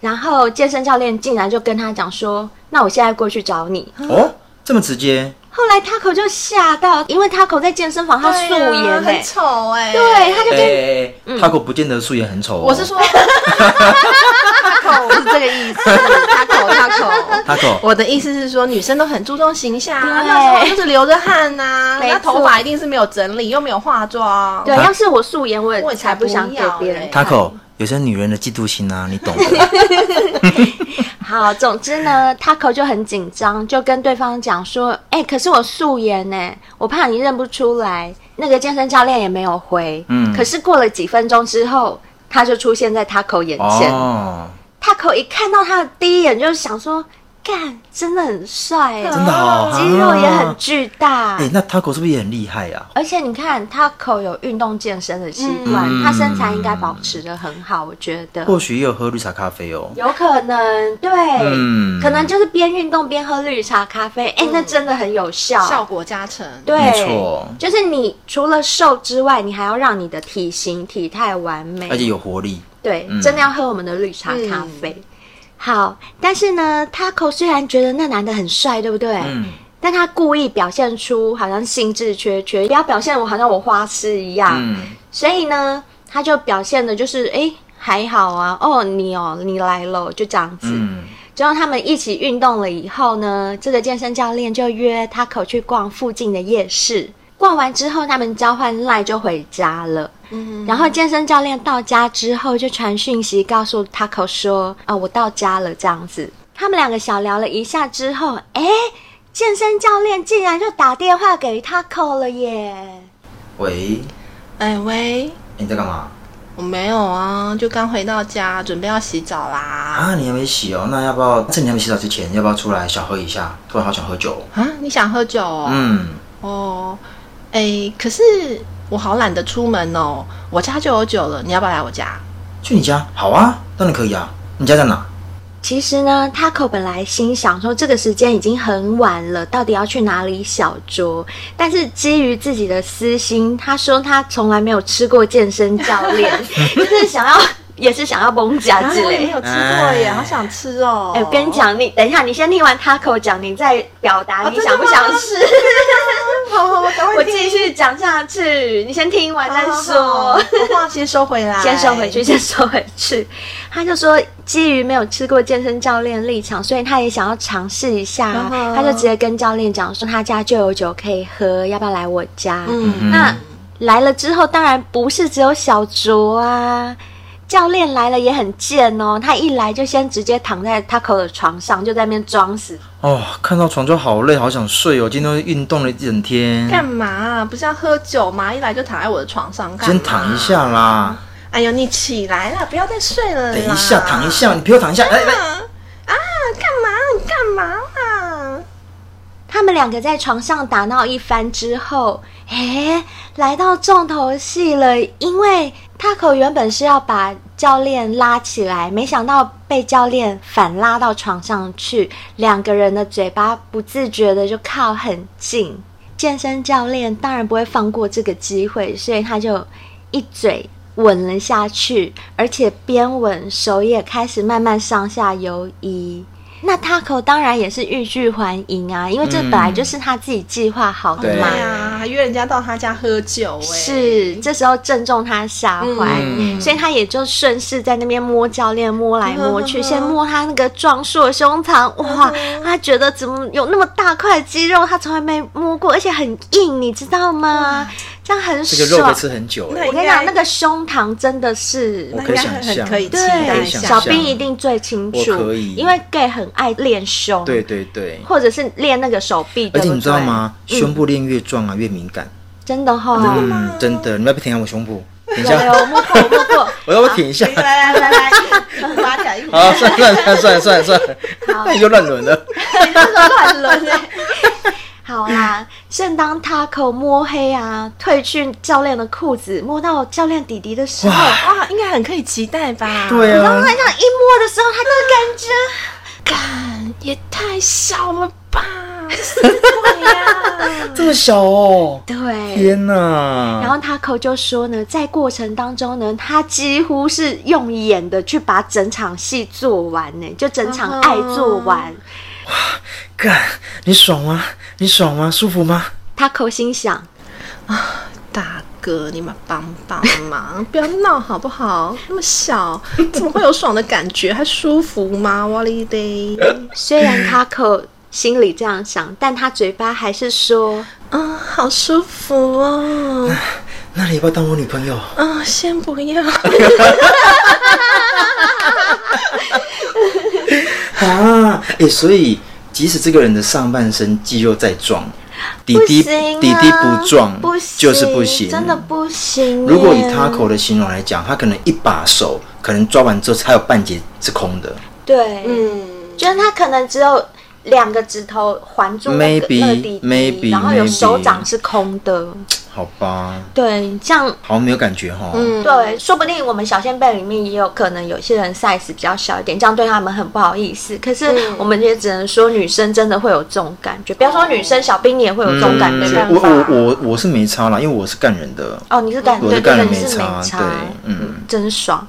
然后健身教练竟然就跟他讲说：“那我现在过去找你。嗯哦，这么直接，”后来 Taco 就吓到，因为 Taco 在健身房他素颜哎、很丑哎。对，嗯他就哎跟哎哎，他可不见得素颜很丑哦。我是说， 他口是这个意思，他口他口。他可我的意思是说，女生都很注重形象啊，对那时候就是流着汗呐、没那错头发一定是没有整理，又没有化妆。对，他要是我素颜，我也我也才才不想给别人不要嘞他可有些女人的嫉妒心啊，你懂 的。好，总之呢，Taco 就很紧张，就跟对方讲说：“哎、可是我素颜呢、欸我怕你认不出来。”那个健身教练也没有回。嗯可是过了几分钟之后，他就出现在 Taco 眼前。哦， Taco 一看到他的第一眼就想说：“干，真的很帅、欸，真的哦，肌肉也很啊巨大。哎、那 Taco 是不是也很厉害啊？而且你看，他口有运动健身的习惯，嗯他身材应该保持的很好，我觉得或许也有喝绿茶咖啡哦。有可能，对，嗯可能就是边运动边喝绿茶咖啡，哎、那真的很有效，效果加成。对，没错就是你除了瘦之外，你还要让你的体型体态完美，而且有活力。对，嗯真的要喝我们的绿茶咖嗯啡。好，但是呢，Taco 虽然觉得那男的很帅，对不对？嗯，但他故意表现出好像兴致缺缺，不要表现我好像我花痴一样。嗯，所以呢，他就表现的就是诶还好啊，哦你哦你来了，就这样子。嗯，之后他们一起运动了以后呢，这个健身教练就约 Taco 去逛附近的夜市。逛完之后，他们交换赖就回家了。嗯，然后健身教练到家之后，就传讯息告诉 Taco 说：“啊、我到家了。”这样子，他们两个小聊了一下之后，哎，健身教练竟然就打电话给 Taco 了耶！喂，哎喂，你在干嘛我没有啊，就刚回到家，准备要洗澡啦。啊啊？你还没洗哦？那要不要趁你还没洗澡之前，要不要出来小喝一下？突然好想喝酒哦。你想喝酒哦？嗯，哦，哎，可是我好懒得出门哦，我家就有酒了，你要不要来我家？去你家？好啊，当然可以啊。你家在哪？其实呢，Taco 本来心想说这个时间已经很晚了，到底要去哪里小酌？但是基于自己的私心，他说他从来没有吃过健身教 练，就是想要也是想要崩甲啊之我也类没。有吃过耶，哎好想吃哦！哎、我跟你，讲，你等一下，你先听完 Taco 讲，你再表达啊你真的想不吗想吃。好好，我赶快 我听继续讲下去，你先听完再说。好好好我话先收回来， 先收回去，。先收回去。他就说，基于没有吃过健身教练立场，所以他也想要尝试一下啊、嗯哼他就直接跟教练讲说，他家就有酒可以喝，要不要来我家？嗯，那来了之后，当然不是只有小酌啊。教练来了也很贱哦，他一来就先直接躺在他口的床上，就在那边装死。哦，看到床就好累，好想睡哦。今天都运动了一整天，干嘛啊？不是要喝酒吗？一来就躺在我的床上，干嘛先躺一。下啦。哎呦，你起来啦，不要再睡了。等一下，躺一。下，你陪我躺一下。哎来来，干嘛？你干嘛啦？他们两个在床上打闹一番之后，诶，来到重头戏了。因为 Taco 原本是要把教练拉起来，没想到被教练反拉到床上去，两个人的嘴巴不自觉的就靠很近。健身教练当然不会放过这个机会，所以他就一嘴吻了下去，而且边吻手也开始慢慢上下游移。那 Taco 当然也是欲拒还迎啊，因为这本来就是他自己计划好的对嘛。对呀，还约人家到他家喝酒，哎，是，这时候正中他下怀，嗯所以他也就顺势在那边摸教练，摸来摸去，嗯先摸他那个壮硕的胸膛，哇，他觉得怎么有那么大块肌肉，他从来没摸过，而且很硬，你知道吗？这样很这个肉可爽以。吃很久那哎。我跟你讲，那个胸膛真的是我那可应该以想很象可以期待可对，以一下。想小象兵一定最清楚，我可以因为 gay 很爱练胸，对，对对，或者是练那个手臂，而对且不你知道对？吗？胸部练越壮啊，越敏感。真的哈、哦，嗯，真的，你们要不要舔一下我胸部？等一有下，有摸过摸过。我要不要舔一下？来来来来，我把它讲一遍。好，算了算了算了算了算了， 那你就乱伦了。乱伦哎！好啦，正当 Taco 摸黑啊，褪去教练的裤子，摸到教练底底的时候，哇，应该很可以期待吧？，对啊，他这样一摸的时候，他就感觉干也太小了吧？什么鬼呀？这么小哦，对。天哪！然后 Taco 就说呢，在过程当中呢，他几乎是用演的去把整场戏做完呢，就整场爱做完。干，你爽吗？你爽吗？舒服吗？ Taco 心想，大哥，你们帮帮忙，不要闹好不好？那么小，怎么会有爽的感觉？还舒服吗？哇哩嘞！虽然 Taco 心里这样想，但他嘴巴还是说，啊，好舒服哦！那你要不要当我女朋友？啊，先不要。啊，哎、所以即使这个人的上半身肌肉再壮，底不底、行、啊，底底不壮，不行，就是不行，真的。不行耶。如果以他口的形容来讲，他可能一把手可能抓完之后，还有半截是空的对，嗯，嗯，就是他可能只有两个指头环住那个 Maybe，那个弟弟 maybe，然后有 maybe 手掌是空的，好吧？对，这样。好像没有感觉哈。嗯，对，说不定我们小先辈里面也有可能有些人 size 比较小一点，这样对他们很不好意思。可是我们也只能说女生真的会有这种感觉，不要说女生，小兵你也会有这种感觉。我嗯我我我是没差啦，因为我是干人的。哦，你是感我对是对干对，人你没是差没，对，嗯，真爽。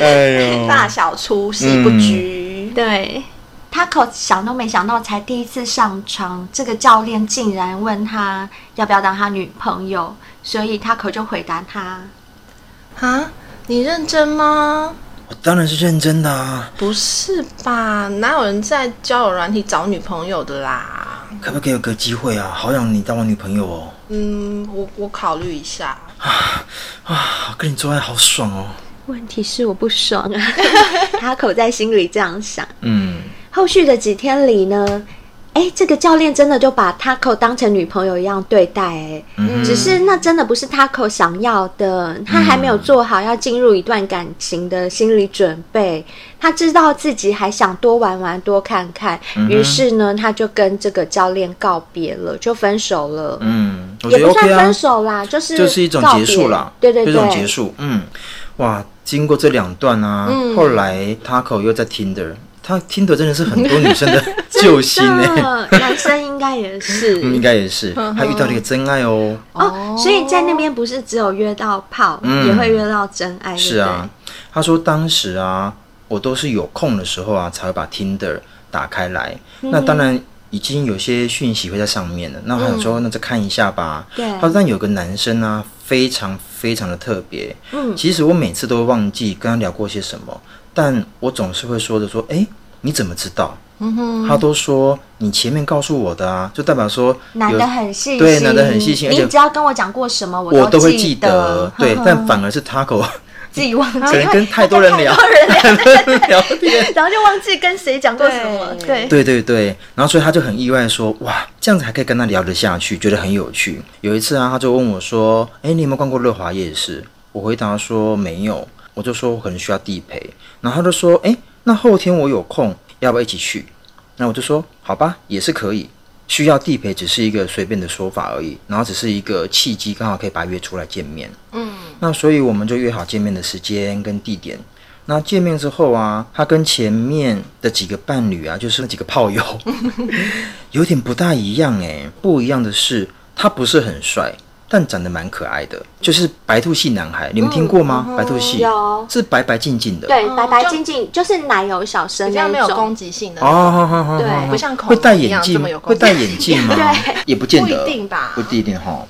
哎呦大小粗细不拘。对他可想都没想到，才第一次上床，这个教练竟然问他要不要当他女朋友，所以他可就回答他，啊，你认真吗？我 当然是认真的啊，不是吧？哪有人在交友软体找女朋友的啦？可不可以有个机会啊？好想你当我女朋友哦，嗯，我我考虑一下。啊，跟你做爱好爽哦，问题是我不爽啊。 他可在心里这样想。嗯，后续的几天里呢，哎，这个教练真的就把 Taco 当成女朋友一样对待，哎、嗯只是那真的不是 Taco 想要的，他还没有做好要进入一段感情的心理准备，他知道自己还想多玩玩、多看看，嗯于是呢，他就跟这个教练告别了，就分手了。嗯，我也觉得不 OK 算啊分，手啦，就是就是一种告结束别啦，对对对，一种结束。嗯，哇，经过这两段啊，嗯后来 Taco 又在 Tinder，他 Tinder 真的是很多女生的 救星呢、的，男生应该也是。 嗯应该也是，他遇到了一个真爱哦。哦，所以在那边不是只有约到炮，嗯也会约到真爱，是啊，他说当时啊，我都是有空的时候啊，才会把 Tinder 打开来。嗯那当然已经有些讯息会在上面了。那他想说，那再看一下吧。嗯对他说，但有个男生啊，非常非常的特别。嗯其实我每次都会忘记跟他聊过些什么，但我总是会说着说，哎，你怎么知道？嗯他都说你前面告诉我的啊，就代表说对不对。男有的很细心，对男的很细心，而你且只要跟我讲过什么，我我都会记记得。 对，但反而是 Taco 自己忘记，可 能跟太多人聊太多人聊聊 天。然后就忘记跟谁讲过什么。对对，对对对，然后所以他就很意外说，哇，这样子还可以跟他聊得下去，觉得很有趣。有一次啊，他就问我说，哎，你有没有逛过乐华夜市？我回答说没有，我就说我可能需要地陪，然后他就说，哎，那后天我有空，要不要一起去？那我就说好吧，也是可以。需要地陪只是一个随便的说法而已，然后只是一个契机，刚好可以把他约出来见面。那所以我们就约好见面的时间跟地点。那见面之后啊，他跟前面的几个伴侣啊，就是那几个炮友， 有点不大一样哎、不一样的是，他不是很帅，但长得蛮可爱的，就是白兔系男孩。你们听过吗？白兔系有是白白净净的。对，白白就净净，哦就是奶油小生比较没那有一种。攻击性的哦，好好好，对好好不像孔会戴明一眼样镜这么有，攻会击戴眼镜 吗？ 也不见得，不一定吧不一定哈。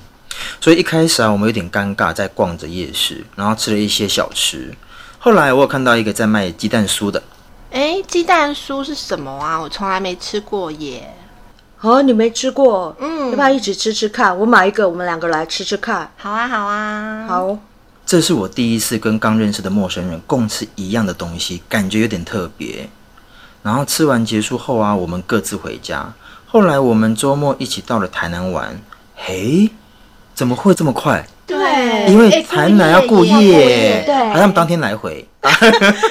所以一开始啊，我们有点尴尬，在逛着夜市，然后吃了一些小吃。后来我有看到一个在卖鸡蛋酥的，哎，鸡蛋酥是什么啊？我从来没吃过耶。哦，你没吃过，嗯嗯，要不要一起吃吃看？我买一个，我们两个来吃吃看。好啊，好啊，好，这是我第一次跟刚认识的陌生人共吃一样的东西，感觉有点特别。然后吃完结束后啊，我们各自回家。后来我们周末一起到了台南玩，嘿，怎么会这么快？对，因为哎台南要过要夜，对好像当天来回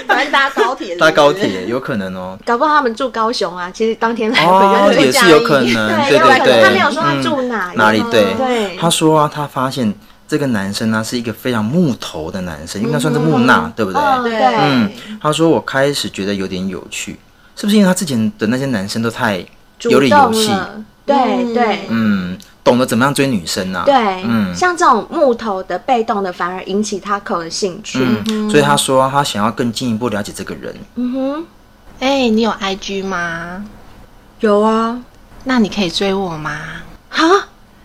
反正搭高铁， 搭高。铁，有可能哦。搞不好他们住高雄啊，其实当天来 哦，回就也是有可能， 对要不对然对。他没有说他嗯住哪哪里嗯对。对他说啊，他发现这个男生呢、啊是一个非常木头的男生，应该算是木讷，对不对？嗯对，对嗯，他说我开始觉得有点有趣，是不是因为他之前的那些男生都太有主点动游戏，了，对对嗯，懂得怎么样追女生啊？对，嗯像这种木头的、被动的，反而引起他口的兴趣。嗯，所以他说啊、他想要更进一步了解这个人，嗯哼，哎，你有 IG 吗？有啊，那你可以追我吗？哈，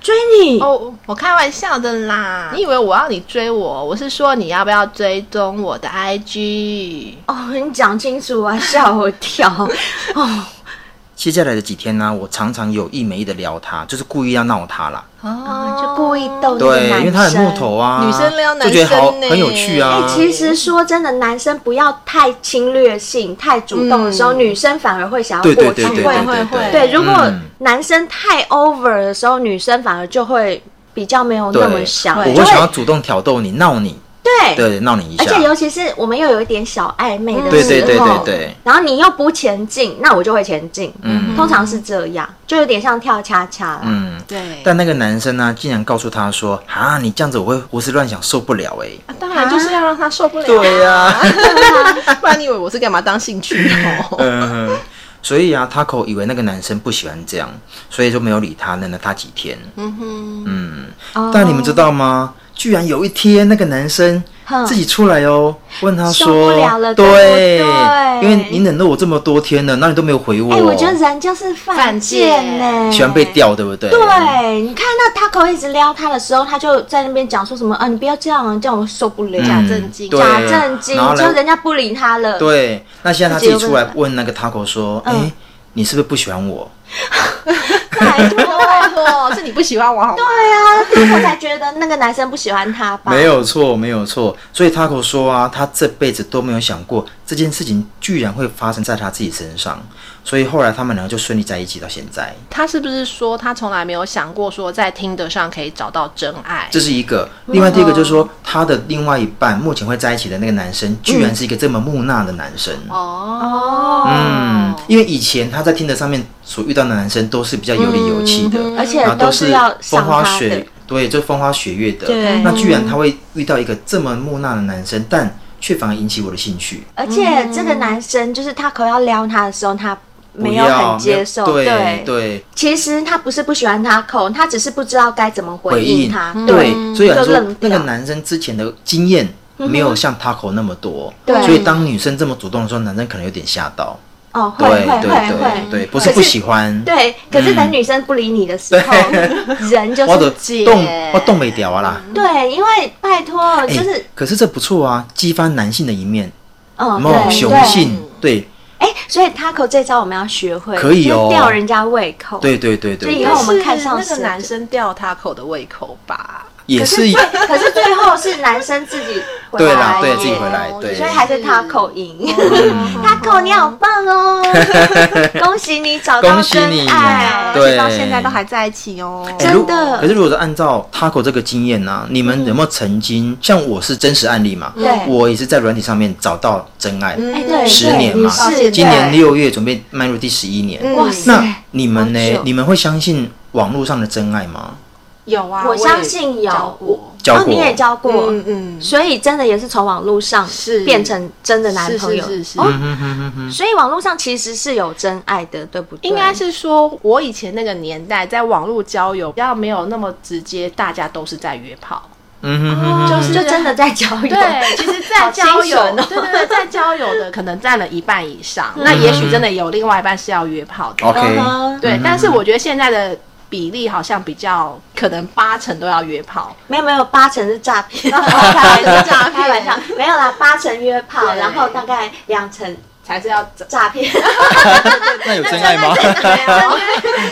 追你哦，我开玩笑的啦。你以为我要你追我？我是说你要不要追踪我的 IG？哦，你讲清楚啊，吓我一 跳。哦，接下来的几天呢、我常常有意没意的撩他，就是故意要闹他啦。哦啊就故意逗那个对，男因为他很木生。头啊，女生撩男就觉得好生呢很有趣哎、啊。其实说真的，男生不要太侵略性、太主动的时候，嗯女生反而会想要对过去。对对对会对会对会对如果嗯男生太 over 的时候，女生反而就会比较没有对那么想，我就会想要主动挑逗你、闹你，对对，闹你一下而。且尤其是我们又有一点小暧昧的时候，对对对对对，然后你又不前进，那我就会前进。嗯通常是这样，就有点像跳恰恰啦。嗯。对，但那个男生呢、竟然告诉他说：“啊，你这样子我会胡思乱想，受不了哎、啊当然就是要让他受 不了。对啊呀、不然你以为我是干嘛当兴趣哦？嗯，所以啊，Taco 以为那个男生不喜欢这样，所以就没有理他，忍了他几天。嗯哼，嗯，哦但你们知道吗？居然有一天，那个男生哼自己出来哦，问他说受：“不了了对，对不对因为你忍了我这么多天了，那你都没有回我。哎、我觉得人就是犯贱呢、喜嗯欢被。吊，对不对？对，你看那 Taco 一直撩他的时候，他就在那边讲说什么啊，你不要这样，啊，这样我受不了。假正经嗯对啊假正经然后，来就人家不理他了。对，那现在他自自己己又出来问那个 Taco 说：“嗯哎、你是不是不喜欢我拜托，拜托，哦是你不喜欢我好吗？对啊，Taco 才觉得那个男生不喜欢他？”吧？没有错，没有错。所以 Taco 说啊，他这辈子都没有想过这件事情居然会发生在他自己身上，所以后来他们两个就顺利在一起到现在。他是不是说他从来没有想过说在听得上可以找到真爱？这是一个，另外第二个就是说，他的另外一半目前会在一起的那个男生，居然是一个这么木讷的男生。哦，嗯，因为以前他在嗯啊听的上面所遇到的男生都是比较有理有气的，嗯而且然后都是要风赏花他的雪，对，就风花雪月的。对那居然他会遇到一个这么木讷的男生，但却反而引起我的兴趣。而且这个嗯男生就是他口要撩他的时候，他没有不要很接受，对对对，其实他不是不喜欢他口，他只是不知道该怎么回应应他，对，所以来就说愣那个掉嗯男生之前的经验没有像 Taco 那么多，对所以当女生这么主动的时候，男生可能有点吓到。哦，会对会对会对会，对，不是不喜欢。对，可是等女生不理你的时候，人就我的是姐动我动没掉啊啦，对，因为拜托，嗯就是哎可是这不错啊，激发男性的一面，有嗯，没有对雄对，性？对哎，所以 taco 这招我们要学会，可以哦就是吊人家胃口，对对对对以对后，我们看上那谁个男生吊他口的胃口吧。也是可是最后是男生自己回对来啦，耶，对自己回来，哦对嗯所以还是 taco 赢。taco 你好棒 哦，恭喜你找到恭喜真你爱，对而且到现在都还在一起哦。哎如真的可是如果是按照 Taco 这个经验呢、你们有没有曾经像我是真实案例嘛？嗯对我也是在软体上面找到真爱，嗯哎对，十对年你嘛是今年对六月准备迈入第十一年。哇塞那你们好久呢？你们会相信网络上的真爱吗？有啊，我也相信有交过交哦，过，你也交过，嗯嗯，所以真的也是从网络上是变成真的男朋友。是是是是哦，嗯哼哼哼所以网络上其实是有真爱的，对不对？应该是说，我以前那个年代，在网络交友比较没有那么直接，大家都是在约炮。嗯哼哼哼就哼是就真的在交友， 对，其 实，在好清交友，爽哦对对对，在交友的可能占了一半以上，那也许真的有另外一半是要约炮的。 ，OK，嗯对嗯，但是我觉得现在的比例好像比较可能八成都要约炮。没有没有，八成是诈 骗，八成是诈骗开玩笑，没有啦，八成约炮，对啊然后大概两成才是要 走诈 骗，那有真爱吗？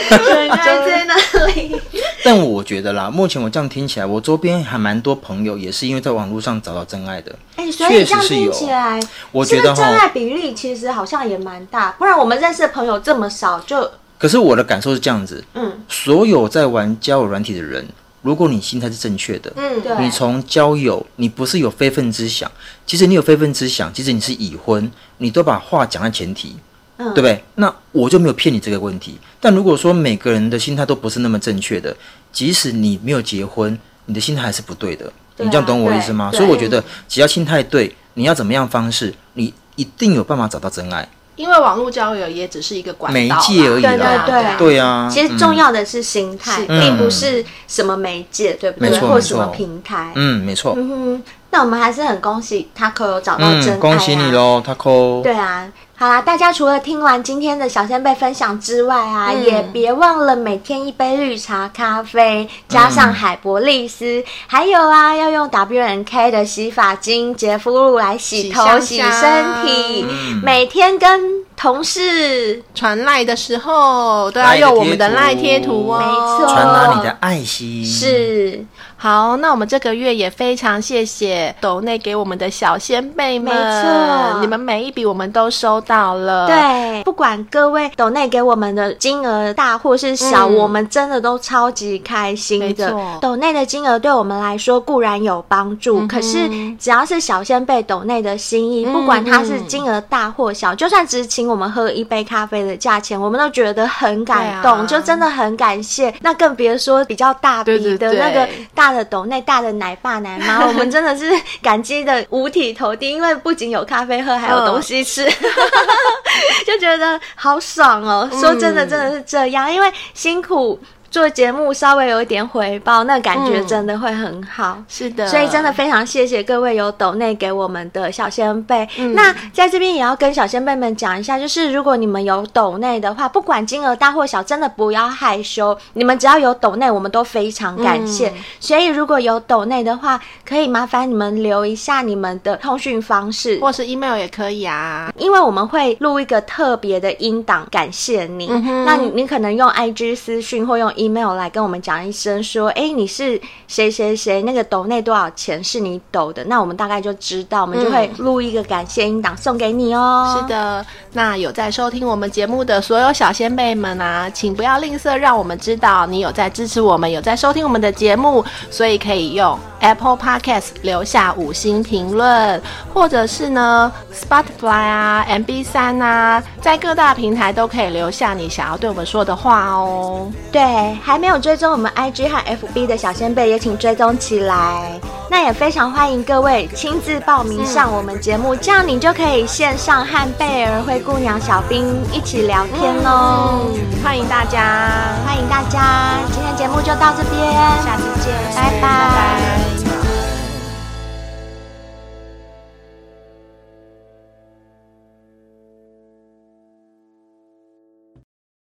真爱在哪里？ 但我觉得啦，目前我这样听起来，我周边还蛮多朋友也是因为在网络上找到真爱的。哎，所以这确实样是听有起来，我是觉不是得真哈爱，比例其实好像也蛮大，不然我们认识的朋友这么少，就可是我的感受是这样子：嗯所有在玩交友软体的人，如果你心态是正确的，嗯对你从交友，你不是有非分之想，即使你有非分之想，即使你是已婚，你都把话讲在前提，嗯对不对？那我就没有骗你这个问题。但如果说每个人的心态都不是那么正确的，即使你没有结婚，你的心态还是不对的。对啊你这样懂我意思吗？对所以我觉得，只要心态对，你要怎么样方式，你一定有办法找到真爱因为网络交友也只是一个管道媒啦介而已啦。对对对对啊，其实重要的是心态，嗯并不是什么媒介，对不对？没错或什没么错平台。嗯，嗯，没错。嗯哼，那我们还是很恭喜 Taco 有找到真爱、啊嗯，恭喜你！喽，Taco。对啊，好啦，大家除了听完今天的小仙贝分享之外啊，也别忘了每天一杯绿茶咖啡，加上海博利斯，还有啊，要用 W N K 的洗发精洁肤露来洗洗头、香洗香身体，嗯每天跟同事传赖的时候都要用我们的赖赖贴贴图图哦，没错传达你的爱心。。是。好，那我们这个月也非常谢谢斗内给我们的小先辈们，没错你们每一笔我们都收到了。，对，不管各位抖内给我们的金额大或是小，嗯我们真的都超级开没心的错。嗯抖内的金额对我们来说固然有帮助，可是只要是小先辈抖内的心意，不管它是金额大或嗯小，就算只请我们喝一杯咖啡的价钱，我们都觉得很感动，对啊就真的很感谢。那更别说比较大笔对的对对那个大的抖内、大的奶爸 奶妈，我们真的是感激的五体投地，因为不仅有咖啡喝，还有嗯东西吃。 就觉得好爽哦。说真的，真的是这样，因为辛苦做节目，稍微有一点回报，那感觉真的会很好。是的，所以真的非常谢谢各位有抖内给我们的小先辈。那在这边也要跟小先辈们讲一下，就是如果你们有抖内的话，不管金额大或小，真的不要害羞，你们只要有抖内，我们都非常感谢。所以如果有抖内的话，可以麻烦你们留一下你们的通讯方式，或是 email 也可以啊。因为我们会录一个特别的音档，感谢你。嗯哼那你你可能用 IG 私讯或用 email 来跟我们讲一声，说，哎，你是谁谁谁，那个抖内多少钱是你抖的，那我们大概就知道，我们就会录一个感谢音档送给你哦。嗯是，的，那有在收听我们节目的所有小先辈们啊，请不要吝啬，让我们知道你有在支持我们，有在收听我们的节目，所以可以用 Apple Podcast 留下五星评论，或者是呢 Spotify 啊、MB 三啊，在各大平台都可以留下你想要对我们说的话哦。对。对，还没有追踪我们 IG 和 FB 的小先辈也请追踪起来。那也非常欢迎各位亲自报名上我们节目，这样你就可以线上和贝儿、灰姑娘、小兵一起聊天哦。嗯，欢迎大家，欢迎大家，今天节目就到这边，下次见，拜拜拜拜